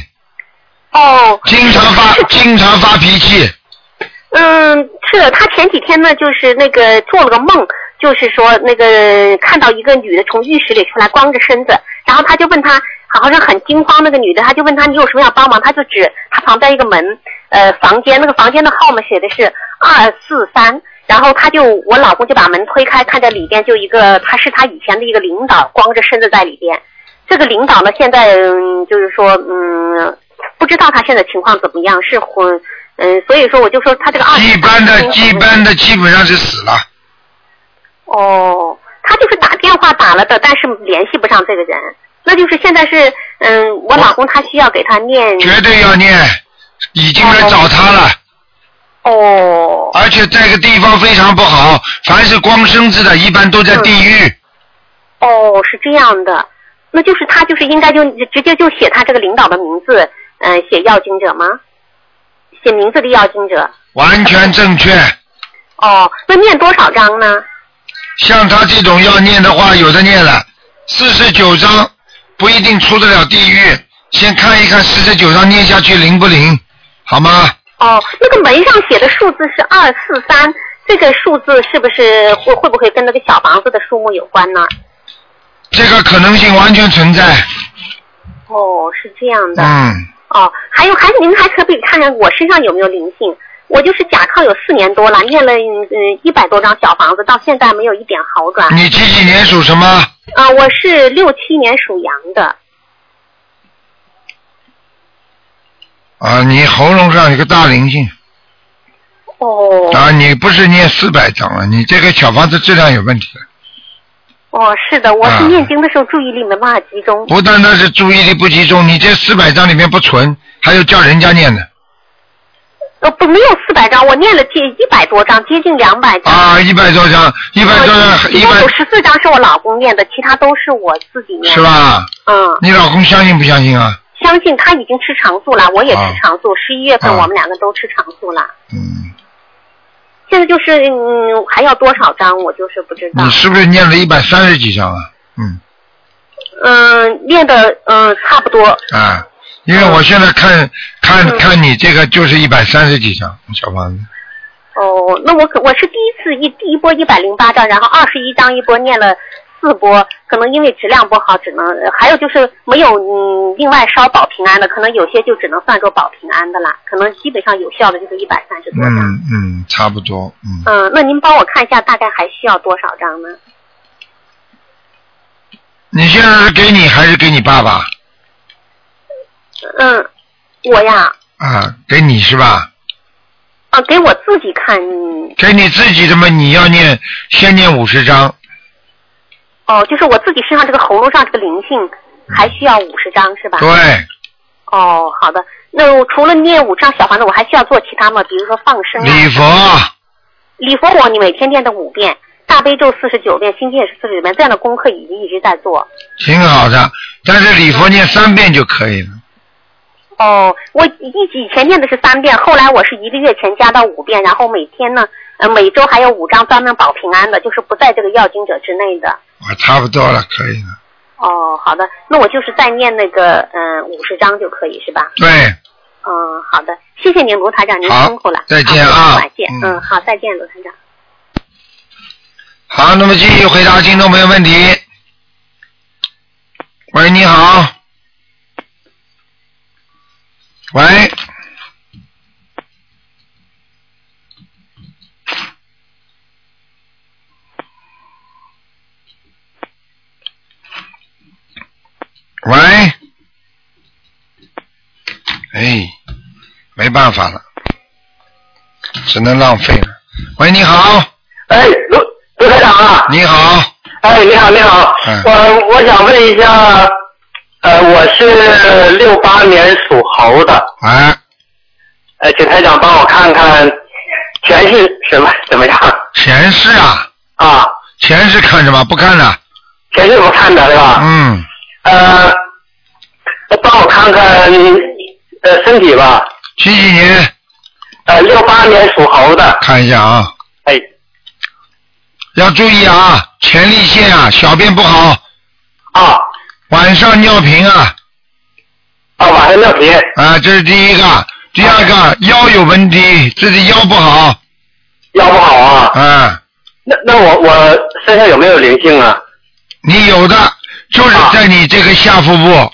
[SPEAKER 6] 哦，
[SPEAKER 1] 经常发 经常发脾气，
[SPEAKER 6] 嗯，是他前几天呢，就是那个做了个梦，就是说那个看到一个女的从浴室里出来，光着身子，然后他就问她，好像很惊慌。那个女的，他就问她你有什么要帮忙，他就指他旁边一个门，呃，房间那个房间的号码写的是二四三，然后他就我老公就把门推开，看见里边就一个，他是他以前的一个领导，光着身子在里边。这个领导呢，现在、嗯、就是说，嗯，不知道他现在情况怎么样，是婚，嗯，所以说我就说他这个二
[SPEAKER 1] 一般的一般的基本上是死了。
[SPEAKER 6] 哦，他就是打电话打了的，但是联系不上这个人，那就是现在是，嗯，我老公他需要给他念
[SPEAKER 1] 绝对要念，已经来找他了，
[SPEAKER 6] 哦
[SPEAKER 1] 而且这个地方非常不好，凡是光身子的，一般都在地狱。
[SPEAKER 6] 哦，是这样的，那就是他就是应该就直接就写他这个领导的名字，嗯、
[SPEAKER 8] 呃
[SPEAKER 6] 写要经者吗？写名字的要经者。
[SPEAKER 1] 完全正确，
[SPEAKER 8] 哦，那念多少章呢？
[SPEAKER 1] 像他这种要念的话，有的念了四十九章，不一定出得了地狱。先看一看四十九章念下去灵不灵，好吗？
[SPEAKER 8] 哦，那个门上写的数字是二四三，这个数字是不是会会不会跟那个小房子的数目有关呢？
[SPEAKER 1] 这个可能性完全存在。
[SPEAKER 8] 哦，是这样的。
[SPEAKER 1] 嗯，
[SPEAKER 8] 哦，还有，还您还可不可以看看我身上有没有灵性？我就是甲亢有四年多了，念了嗯一百多张小房子，到现在没有一点好转。
[SPEAKER 1] 你几几年属什么？
[SPEAKER 8] 啊、我是六七年属羊的，
[SPEAKER 1] 啊，你喉咙上有个大灵性
[SPEAKER 8] 哦
[SPEAKER 1] 啊！你不是念四百章了，你这个小房子质量有问题了。
[SPEAKER 8] 哦，是的，我是
[SPEAKER 1] 啊
[SPEAKER 8] 念经的时候注意力没办法集中，
[SPEAKER 1] 不单单是注意力不集中，你这四百章里面不存，还有叫人家念的
[SPEAKER 8] 呃不没有四百张，我念了接一百多张，接近两百张。呃
[SPEAKER 1] 啊，一百多张，一百多张，
[SPEAKER 8] 哦一
[SPEAKER 1] 一
[SPEAKER 8] 共有
[SPEAKER 1] 百
[SPEAKER 8] 十四张是我老公念的，其他都是我自己念的。
[SPEAKER 1] 是？吧？
[SPEAKER 8] 嗯，
[SPEAKER 1] 你老公相信不相信啊？
[SPEAKER 8] 相信他已经吃长素了，我也
[SPEAKER 1] 啊
[SPEAKER 8] 吃长素。十一、月份
[SPEAKER 1] 啊
[SPEAKER 8] 我们两个都吃长素了。
[SPEAKER 1] 嗯，
[SPEAKER 8] 现在就是嗯，还要多少张我就是不知道
[SPEAKER 1] 你。是不是念了一百三十几章啊？嗯
[SPEAKER 8] 嗯，练的嗯差不多。
[SPEAKER 1] 啊，因为我现在看看看你这个就是一百三十几章小房子。
[SPEAKER 8] 哦，那我可我是第一次一第一波一百零八张，然后二十一张一波念了四波，可能因为质量不好，只能呃还有就是没有嗯另外烧保平安的，可能有些就只能算作保平安的啦，可能基本上有效的就是一百三十多张。
[SPEAKER 1] 嗯嗯，差不多，嗯，
[SPEAKER 8] 嗯，那您帮我看一下，大概还需要多少张呢？
[SPEAKER 1] 你现在是给你还是给你爸爸
[SPEAKER 8] 嗯，我呀，
[SPEAKER 1] 啊？给你是吧？
[SPEAKER 8] 啊，给我自己看。嗯
[SPEAKER 1] 给你自己的嘛，你要念先念五十章，
[SPEAKER 8] 哦，就是我自己身上这个喉咙上这个灵性，还需要五十张是吧？
[SPEAKER 1] 对，
[SPEAKER 8] 哦，好的。那我除了念五张小房子，我还需要做其他吗？比如说放生
[SPEAKER 1] 礼
[SPEAKER 8] 啊，
[SPEAKER 1] 佛
[SPEAKER 8] 礼佛我你每天念的五遍，大悲咒四十九遍，心经也是四十九遍，这样的功课已经一直在做。
[SPEAKER 1] 挺好的，但是礼佛念三遍就可以了。
[SPEAKER 8] 哦，我一以前念的是三遍，后来我是一个月前加到五遍，然后每天呢，呃，每周还有五张专门保平安的，就是不在这个要经者之内的。
[SPEAKER 1] 啊，差不多了，可以了。
[SPEAKER 8] 哦，好的，那我就是再念那个嗯五十章就可以是吧？
[SPEAKER 1] 对，
[SPEAKER 8] 嗯，好的，谢谢您，卢台长，您
[SPEAKER 1] 好
[SPEAKER 8] 辛苦了，
[SPEAKER 1] 再见
[SPEAKER 8] 好
[SPEAKER 1] 啊
[SPEAKER 8] 感谢，
[SPEAKER 1] 嗯
[SPEAKER 8] 嗯，好，再见，卢台长。
[SPEAKER 1] 好，那么继续回答听众朋友问题。喂，你好。喂。喂。哎，没办法了，只能浪费了。喂，你好，
[SPEAKER 9] 哎，卢卢台长啊，
[SPEAKER 1] 你好。
[SPEAKER 9] 哎，你好，你好，
[SPEAKER 1] 嗯
[SPEAKER 9] 我我想问一下，呃，我是六八年属猴的，
[SPEAKER 1] 啊，
[SPEAKER 9] 呃，请台长帮我看看前世什么怎么样
[SPEAKER 1] 前世啊，
[SPEAKER 9] 啊？
[SPEAKER 1] 前世看什么？不看了。
[SPEAKER 9] 前世我看的是吧？
[SPEAKER 1] 嗯，
[SPEAKER 9] 呃，帮我看看呃身体吧，
[SPEAKER 1] 几几年？
[SPEAKER 9] 呃，六八年属猴的，
[SPEAKER 1] 看一下啊，
[SPEAKER 9] 哎，
[SPEAKER 1] 要注意啊，前列腺啊，小便不好，
[SPEAKER 9] 啊
[SPEAKER 1] 晚上尿频啊，
[SPEAKER 9] 啊，晚上尿频，
[SPEAKER 1] 啊，这是第一个。第二个腰有问题，自己腰不好，
[SPEAKER 9] 腰不好啊？
[SPEAKER 1] 啊，
[SPEAKER 9] 那那我我身上有没有灵性啊？
[SPEAKER 1] 你有的就是在你这个下腹部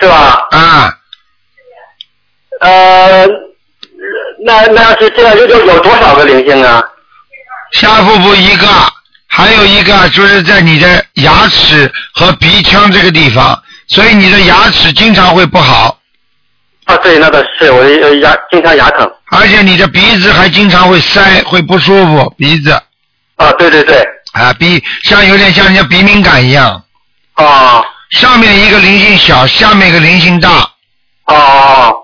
[SPEAKER 9] 是吧？
[SPEAKER 1] 啊，
[SPEAKER 9] 呃，那那是这样，就就有多少个灵性啊？
[SPEAKER 1] 下腹部一个，还有一个就是在你的牙齿和鼻腔这个地方，所以你的牙齿经常会不好。
[SPEAKER 9] 啊，对，那倒是，我的牙经常牙疼。
[SPEAKER 1] 而且你的鼻子还经常会塞，会不舒服，鼻子
[SPEAKER 9] 啊，对对对，
[SPEAKER 1] 啊，鼻像有点像人家鼻敏感一样，
[SPEAKER 9] 啊
[SPEAKER 1] 上面一个灵性小，下面一个灵性大，
[SPEAKER 9] 啊，哦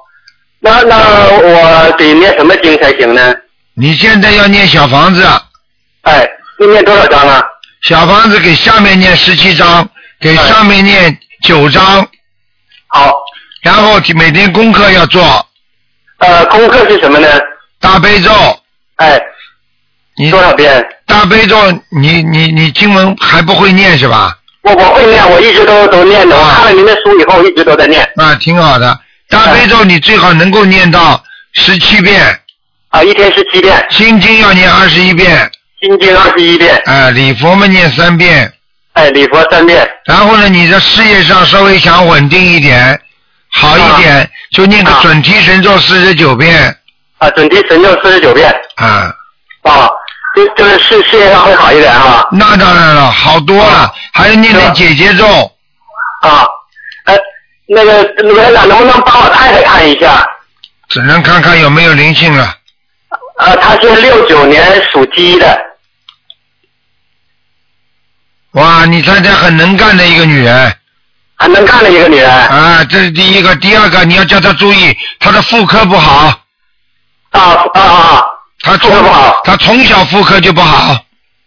[SPEAKER 9] 那那我得念什么经才行呢？
[SPEAKER 1] 你现在要念小房子，
[SPEAKER 9] 哎，要念多少章啊？
[SPEAKER 1] 小房子给下面念十七章，给
[SPEAKER 9] 哎
[SPEAKER 1] 上面念九章，
[SPEAKER 9] 好，
[SPEAKER 1] 然后每天功课要做
[SPEAKER 9] 呃，功课是什么呢？
[SPEAKER 1] 大悲咒，
[SPEAKER 9] 哎，
[SPEAKER 1] 你
[SPEAKER 9] 多少遍？
[SPEAKER 1] 大悲咒，你你你经文还不会念是吧？
[SPEAKER 9] 我我会念，我一直都都念的。我看了您的书以后，一直都在念
[SPEAKER 1] 啊，挺好的。大悲咒你最好能够念到十七遍，
[SPEAKER 9] 啊，一天是七遍，
[SPEAKER 1] 心经要念二十一遍，
[SPEAKER 9] 心经二十一遍，
[SPEAKER 1] 啊，礼佛嘛念三遍。
[SPEAKER 9] 哎，礼佛三遍，
[SPEAKER 1] 然后呢，你的事业上稍微想稳定一点，好一点，就念个准提神咒四十九遍
[SPEAKER 9] 啊，准提神咒四十九遍，
[SPEAKER 1] 啊。
[SPEAKER 9] 啊，这就是事事业上会好一点啊，
[SPEAKER 1] 那当然了，好多了，还有念念姐姐咒。
[SPEAKER 9] 啊，呃，那个卢院长能不能帮我太太看一下？
[SPEAKER 1] 只能看看有没有灵性了。
[SPEAKER 9] 呃，她是六九年属鸡的，
[SPEAKER 1] 哇，你太太很能干的一个女人
[SPEAKER 9] 很能干的一个女人，
[SPEAKER 1] 啊，这是第一个。第二个，你要叫她注意，她的妇科不好，
[SPEAKER 9] 啊啊啊
[SPEAKER 1] 她从
[SPEAKER 9] 妇科不好
[SPEAKER 1] 她从小妇科就不好，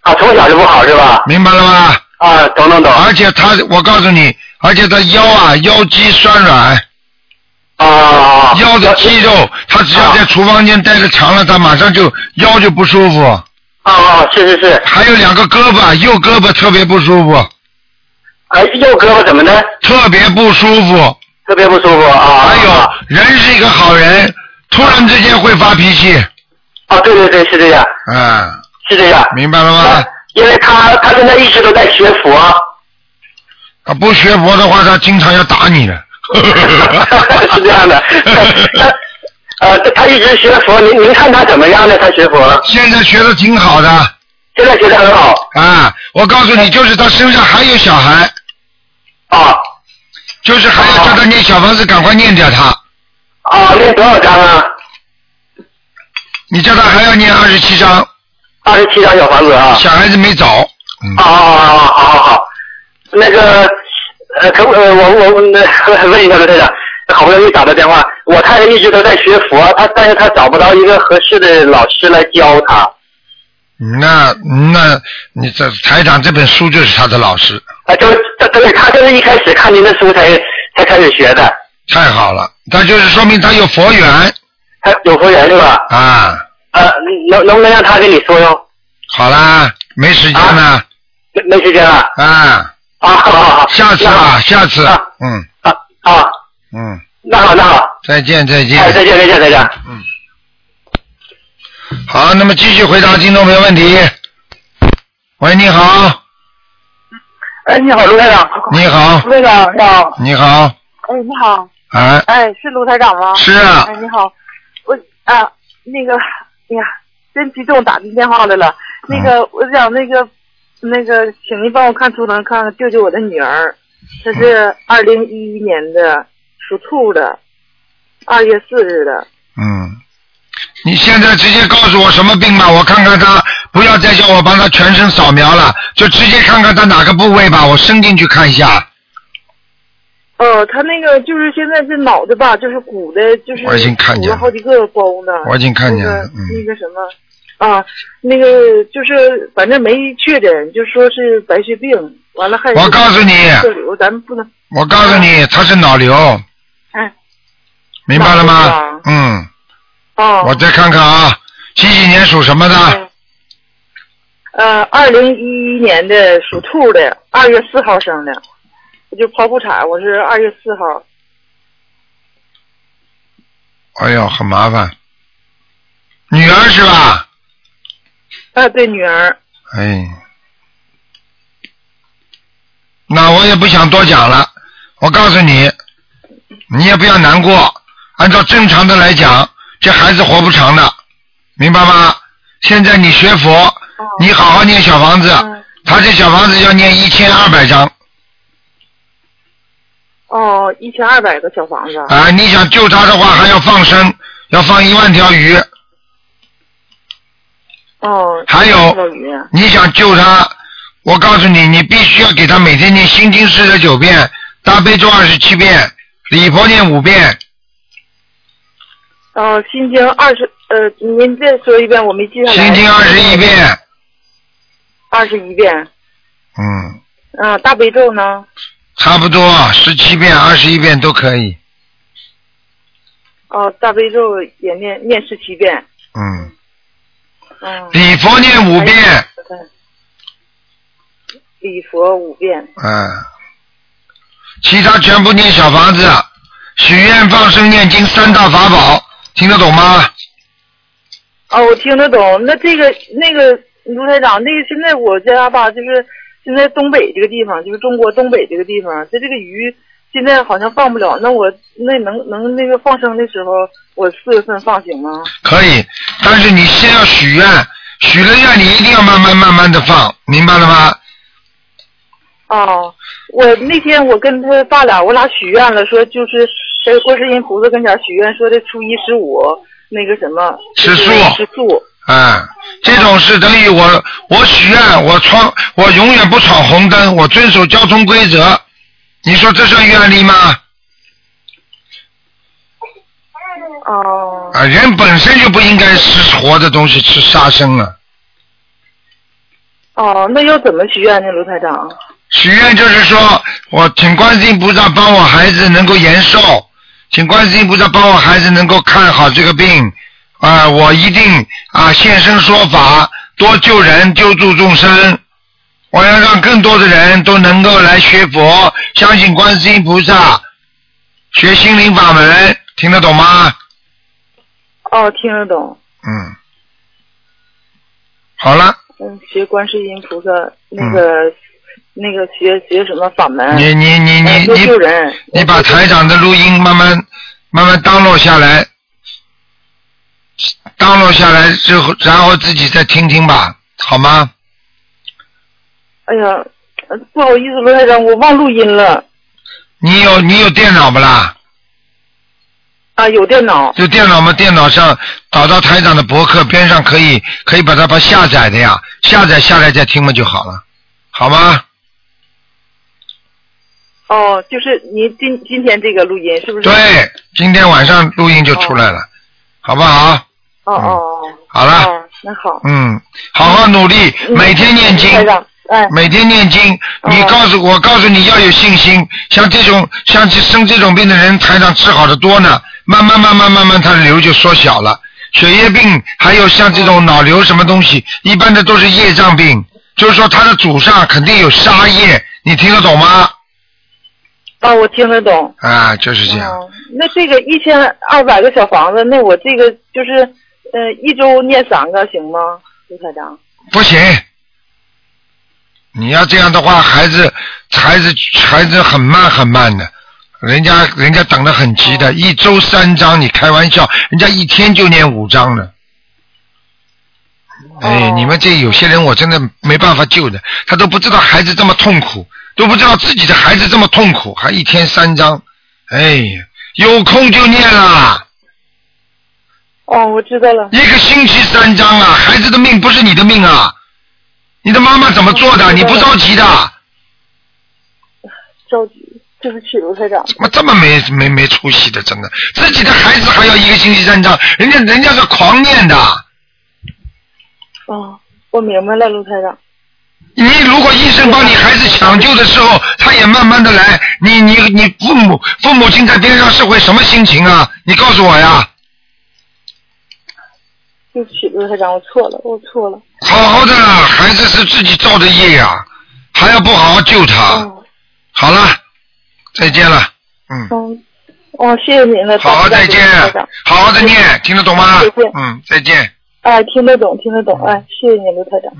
[SPEAKER 9] 啊，从小就不好是吧？
[SPEAKER 1] 明白了吗？
[SPEAKER 9] 啊，懂懂懂，
[SPEAKER 1] 而且她，我告诉你，而且她腰啊腰肌酸软，
[SPEAKER 9] 啊，
[SPEAKER 1] 腰的肌肉，她只要在厨房间待的长了，她马上就腰就不舒服。
[SPEAKER 9] 啊啊，是是是，
[SPEAKER 1] 还有两个胳膊，右胳膊特别不舒服，
[SPEAKER 9] 呃，右胳膊怎么呢？
[SPEAKER 1] 特别不舒服。
[SPEAKER 9] 特别不舒服啊。
[SPEAKER 1] 还有
[SPEAKER 9] 啊，
[SPEAKER 1] 人是一个好人，突然之间会发脾气，
[SPEAKER 9] 啊，对对对，是这样，
[SPEAKER 1] 啊，
[SPEAKER 9] 是这样。
[SPEAKER 1] 明白了吗
[SPEAKER 9] 啊？因为他他现在一直都在学佛，
[SPEAKER 1] 啊，不学佛的话，他经常要打你的。
[SPEAKER 9] 是这样 的。他呃，他一直学佛，您您看他怎么样呢？他学佛
[SPEAKER 1] 现在学的挺好的
[SPEAKER 9] 现在学的很好
[SPEAKER 1] 啊，我告诉你，就是他身上还有小孩，
[SPEAKER 9] 啊
[SPEAKER 1] 就是还要叫他念小房子，赶快念掉他。
[SPEAKER 9] 啊，念多少章啊？
[SPEAKER 1] 你叫他还要念二十七章，
[SPEAKER 9] 二十七张小房子啊。
[SPEAKER 1] 小孩子没走。嗯
[SPEAKER 9] 啊，好好好好好，那个呃，可不呃，我我我那 问一下刘队长，好不容易打的电话，我太太一直都在学佛，她但是她找不到一个合适的老师来教她。
[SPEAKER 1] 那那你这台长这本书就是他的老师，
[SPEAKER 9] 啊，就她对，她就是一开始看您的书才才开始学的，
[SPEAKER 1] 太好了，那就是说明他有佛缘
[SPEAKER 9] 她有佛缘是吧？
[SPEAKER 1] 啊。
[SPEAKER 9] 呃，能能不能让她跟你说哟？
[SPEAKER 1] 好啦，没时间了
[SPEAKER 9] 没没时间了。
[SPEAKER 1] 啊
[SPEAKER 9] 啊，好好好，
[SPEAKER 1] 下次吧，下次，
[SPEAKER 9] 啊
[SPEAKER 1] 嗯
[SPEAKER 9] 那。啊啊，
[SPEAKER 1] 嗯，
[SPEAKER 9] 那好那好，
[SPEAKER 1] 再见再见。
[SPEAKER 9] 哎，再见再见再见。
[SPEAKER 1] 好，那么继续回答听众朋友问题。喂，你好，
[SPEAKER 4] 哎，你好，卢台长。
[SPEAKER 1] 你好，
[SPEAKER 4] 卢台长，你好。
[SPEAKER 1] 你好，
[SPEAKER 4] 哎，你好。
[SPEAKER 1] 哎，
[SPEAKER 4] 哎，是卢台长吗？
[SPEAKER 1] 是啊
[SPEAKER 4] 哎，，你好，我啊，那个，哎呀，真激动，打进电话来了。那个，我想那个，那个，请您帮我看图腾，看看救救我的女儿，她是二零一一年的，属兔的，二月四日的。
[SPEAKER 1] 嗯，你现在直接告诉我什么病吧，我看看他，不要再叫我帮他全身扫描了，就直接看看他哪个部位吧，我伸进去看一下。
[SPEAKER 4] 呃，她那个就是现在这脑袋吧，就是鼓的，就是
[SPEAKER 1] 我已经看见了
[SPEAKER 4] 鼓了好几个包呢。
[SPEAKER 1] 我已经看见了
[SPEAKER 4] 那个
[SPEAKER 1] 嗯
[SPEAKER 4] 那个什么啊，那个就是反正没确诊，就说是白血病，完了还
[SPEAKER 1] 我告诉你
[SPEAKER 4] 这瘤，咱们不能
[SPEAKER 1] 我告诉你，他是脑瘤。
[SPEAKER 4] 嗯。
[SPEAKER 1] 明白了
[SPEAKER 4] 脑瘤
[SPEAKER 1] 吗
[SPEAKER 4] 啊？
[SPEAKER 1] 嗯，
[SPEAKER 4] 啊。
[SPEAKER 1] 我再看看啊，几几年属什么的？
[SPEAKER 4] 嗯呃，二零一一年的属兔的，二月四号生的，我就剖腹产，我是二月四号。
[SPEAKER 1] 哎呦，很麻烦。女儿是吧？
[SPEAKER 4] 啊，对，女儿，
[SPEAKER 1] 哎，那我也不想多讲了。我告诉你，你也不要难过。按照正常的来讲，这孩子活不长的，明白吗？现在你学佛，你好好念小房子，他这小房子要念一千二百张
[SPEAKER 4] 哦，一千二百个小房子。
[SPEAKER 1] 啊、你想救他的话，还要放生，要放一万条鱼。
[SPEAKER 4] 哦。
[SPEAKER 1] 还有
[SPEAKER 4] 老于啊
[SPEAKER 1] 你想救他，我告诉你，你必须要给他每天念心经四十九遍，大悲咒二十七遍，礼佛念五遍，
[SPEAKER 4] 哦，心经二十，呃，您再说一遍，我没记下来。
[SPEAKER 1] 心经二十一。遍。
[SPEAKER 4] 二十一遍，
[SPEAKER 1] 嗯，
[SPEAKER 4] 啊，大悲咒呢？
[SPEAKER 1] 差不多十七遍、二十一遍都可以。
[SPEAKER 4] 哦，大悲咒也念念十七遍。
[SPEAKER 1] 嗯，礼佛念五遍，
[SPEAKER 4] 礼佛五遍，
[SPEAKER 1] 嗯，其他全部念小房子，许愿放生念经三大法宝，听得懂吗？
[SPEAKER 4] 哦，我听得懂。那这个那个卢台长，那个现在我家吧，就是现在东北这个地方，就是中国东北这个地方，它这个鱼现在好像放不了。那我那能能那个放生的时候，我四月份放行吗？
[SPEAKER 1] 可以，但是你先要许愿，许了愿你一定要慢慢慢慢的放，明白了吗？
[SPEAKER 4] 哦，我那天我跟他爸俩，我俩许愿了，说就是在观世音菩萨跟前许愿，说的初一十五那个什么
[SPEAKER 1] 吃素
[SPEAKER 4] 吃素。
[SPEAKER 1] 啊、这种事等于我我许愿，我闯，我永远不闯红灯，我遵守交通规则。你说这算愿力吗？
[SPEAKER 4] 哦，
[SPEAKER 1] 啊，人本身就不应该吃活的东西，吃杀生啊了。
[SPEAKER 4] 哦，那要怎么许愿呢，卢台长？
[SPEAKER 1] 许愿就是说我请观世音菩萨帮我孩子能够延寿，请观世音菩萨帮我孩子能够看好这个病，啊、我一定啊、现身说法，多救人，救助众生。我要让更多的人都能够来学佛，相信观世音菩萨，学心灵法门，听得懂吗？
[SPEAKER 4] 哦，听得懂。
[SPEAKER 1] 嗯，好了，
[SPEAKER 4] 嗯，学观世音菩萨那个、那个学学什么法门？
[SPEAKER 1] 嗯你你你
[SPEAKER 4] 哎
[SPEAKER 1] 你
[SPEAKER 4] 多
[SPEAKER 1] 你
[SPEAKER 4] 救人。
[SPEAKER 1] 你把台长的录音慢慢慢慢 download 下来，download 下来之后，然后自己再听听吧，好吗？
[SPEAKER 4] 哎呀，呃不好意思，卢台长，我忘录音了
[SPEAKER 1] 你有你有电脑不啦？
[SPEAKER 4] 啊，有电脑。
[SPEAKER 1] 有电脑吗？电脑上找到台长的博客边上可以可以把它把下载的呀，下载下来再听嘛就好了，好吗？
[SPEAKER 4] 哦，就是您今今天这个录音是不是？
[SPEAKER 1] 对，今天晚上录音就出来了，好不好？
[SPEAKER 4] 哦哦，
[SPEAKER 1] 好了。
[SPEAKER 4] 哦，那好。
[SPEAKER 1] 嗯，好好努力，
[SPEAKER 4] 嗯
[SPEAKER 1] 每天念经
[SPEAKER 4] 台长，哎
[SPEAKER 1] 每天念经。你告诉我，告诉你要有信心。像这种像这生这种病的人，台上治好的多呢。慢慢慢慢慢慢，他的瘤就缩小了。血液病还有像这种脑瘤什么东西，一般的都是业障病，就是说他的祖上肯定有杀业，你听得懂吗？
[SPEAKER 4] 哦，我听得懂。
[SPEAKER 1] 啊，就是这样。
[SPEAKER 4] 哦，那这个一千二百个小房子，那我这个就是，呃，一周念三个行吗，卢台长？
[SPEAKER 1] 不行，你要这样的话，孩子孩子孩子很慢很慢的，人家人家等得很急的，一周三章，你开玩笑，人家一天就念五章了。哎，你们这有些人我真的没办法救的，他都不知道孩子这么痛苦，都不知道自己的孩子这么痛苦，还一天三章，哎呀，有空就念啦，
[SPEAKER 4] 哦，我知道了。
[SPEAKER 1] 一个星期三章啊，孩子的命不是你的命啊，你的妈妈怎么做的？你不着急的。
[SPEAKER 4] 着急，对不起，卢台长。
[SPEAKER 1] 怎么这么没没没出息的？真的，自己的孩子还要一个星期三张，人家人家是狂念的。
[SPEAKER 4] 哦，我明白了，卢台长。
[SPEAKER 1] 你如果医生帮你孩子抢救的时候，他也慢慢的来，你你你父母父母亲在边上是会什么心情啊？你告诉我呀，
[SPEAKER 4] 对不起，卢台长，我错了，我错了。
[SPEAKER 1] 好好的啦，孩子是自己造的业呀、还要不好好救他。好了，再见了，
[SPEAKER 4] 嗯，哦，谢谢您了，
[SPEAKER 1] 好好再
[SPEAKER 4] 大慈
[SPEAKER 1] 见
[SPEAKER 4] 大悲卢台长，
[SPEAKER 1] 好好的念，听得懂吗
[SPEAKER 4] 再见？
[SPEAKER 1] 嗯，再见。
[SPEAKER 4] 哎，听得懂，听得懂，哎，谢谢您，卢台长。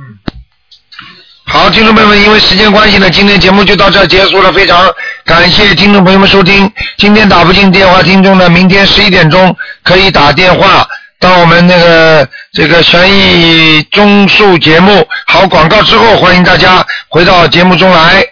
[SPEAKER 1] 好，听众朋友们，因为时间关系呢，今天节目就到这儿结束了。非常感谢听众朋友们收听。今天打不进电话，听众呢，明天十一点钟可以打电话到我们那个这个悬疑综述节目。好，广告之后，欢迎大家回到节目中来。